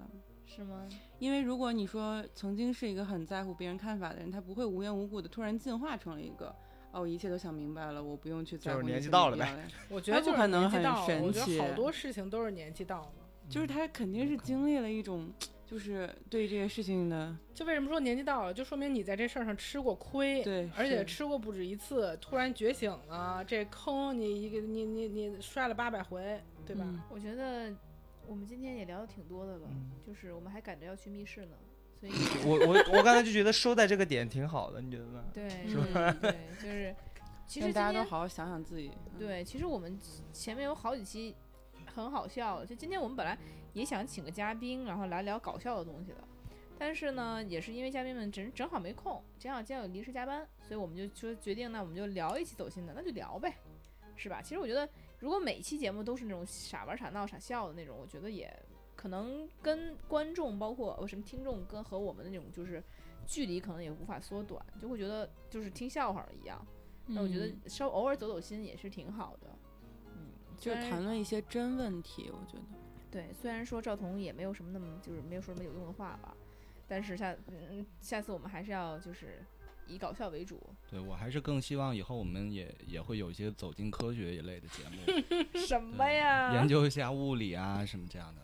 A: 是吗？
E: 因为如果你说曾经是一个很在乎别人看法的人，他不会无缘无故的突然进化成了一个哦，一切都想明白了，我不用去在乎
C: 就是
E: 那
C: 年纪
E: 些
C: 到
E: 没
C: 了
E: 必要的。
D: 我觉得
E: 他
D: 就
E: 不
D: 是
E: 可能
D: 年纪
E: 很
D: 到了，我觉
E: 神
D: 得
E: 奇
D: 好多事情都是年纪到了。
C: 嗯
E: 就是他肯定是经历了一种，就是对这些事情的，
D: 就为什么说年纪到了，就说明你在这事儿上吃过亏，
E: 对
D: 而且
E: 是
D: 吃过不止一次，突然觉醒了，这坑你一个你你你摔了八百回，对吧？
E: 嗯
A: 我觉得我们今天也聊的挺多的了，
C: 嗯
A: 就是我们还赶着要去密室呢，所
C: <laughs>
A: 以
C: 我我我刚才就觉得收在这个点挺好的，你觉得呢？
A: 对
E: 是吧
A: 对，就是。其
E: 让
A: 实
E: 大家
A: 今天
E: 都好好想想自己。嗯，
A: 对，其实我们前面有好几期很好笑，就今天我们本来也想请个嘉宾，然后来聊搞笑的东西的，但是呢，也是因为嘉宾们正正好没空，正好今天有临时加班，所以我们就说决定，那我们就聊一期走心的，那就聊呗，是吧？其实我觉得，如果每期节目都是那种傻玩傻闹傻笑的那种，我觉得也可能跟观众包括呃什么听众跟和我们的那种就是距离可能也无法缩短，就会觉得就是听笑话儿一样。那我觉得
E: 嗯
A: 稍偶尔走走心也是挺好的。嗯，
E: 就
A: 虽
E: 是
A: 然
E: 谈论一些真问题，我觉得。
A: 对，虽然说赵彤也没有什么那么就是没有说什么有用的话吧，但是下嗯下次我们还是要就是以搞笑为
E: <laughs>
A: 主。
B: 对我还是更希望以后我们也也会有一些走进科学一类的节
A: <laughs>
B: 目，
A: 什么
B: 对
A: 呀
B: 研究一下物理啊什么这样的。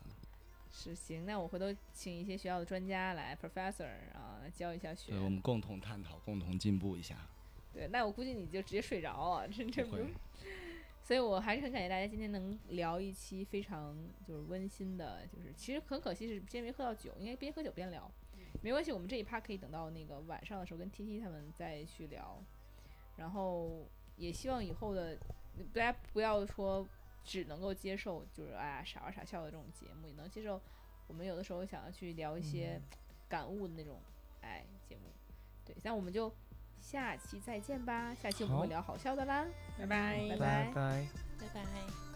A: 是行，那我回头请一些学校的专家来，professor 啊来教一下学
B: 对，。我们共同探讨，共同进步一下。
A: 对，那我估计你就直接睡着啊，这这
B: 不
A: 不
B: 会
A: 用。所以我还是很感谢大家今天能聊一期非常就是温馨的，就是其实很可惜是今天没喝到酒，应该边喝酒边聊，没关系，我们这一趴可以等到那个晚上的时候跟 T T 他们再去聊，然后也希望以后的大家不要说只能够接受就是哎呀傻玩傻笑的这种节目，也能接受我们有的时候想要去聊一些感悟的那种哎节目，对，那我们就下期再见吧，下期我们
C: 好
A: 会聊好笑的啦，
C: 嗯
D: 拜拜
A: <laughs> 拜
C: 拜拜。
F: 拜拜。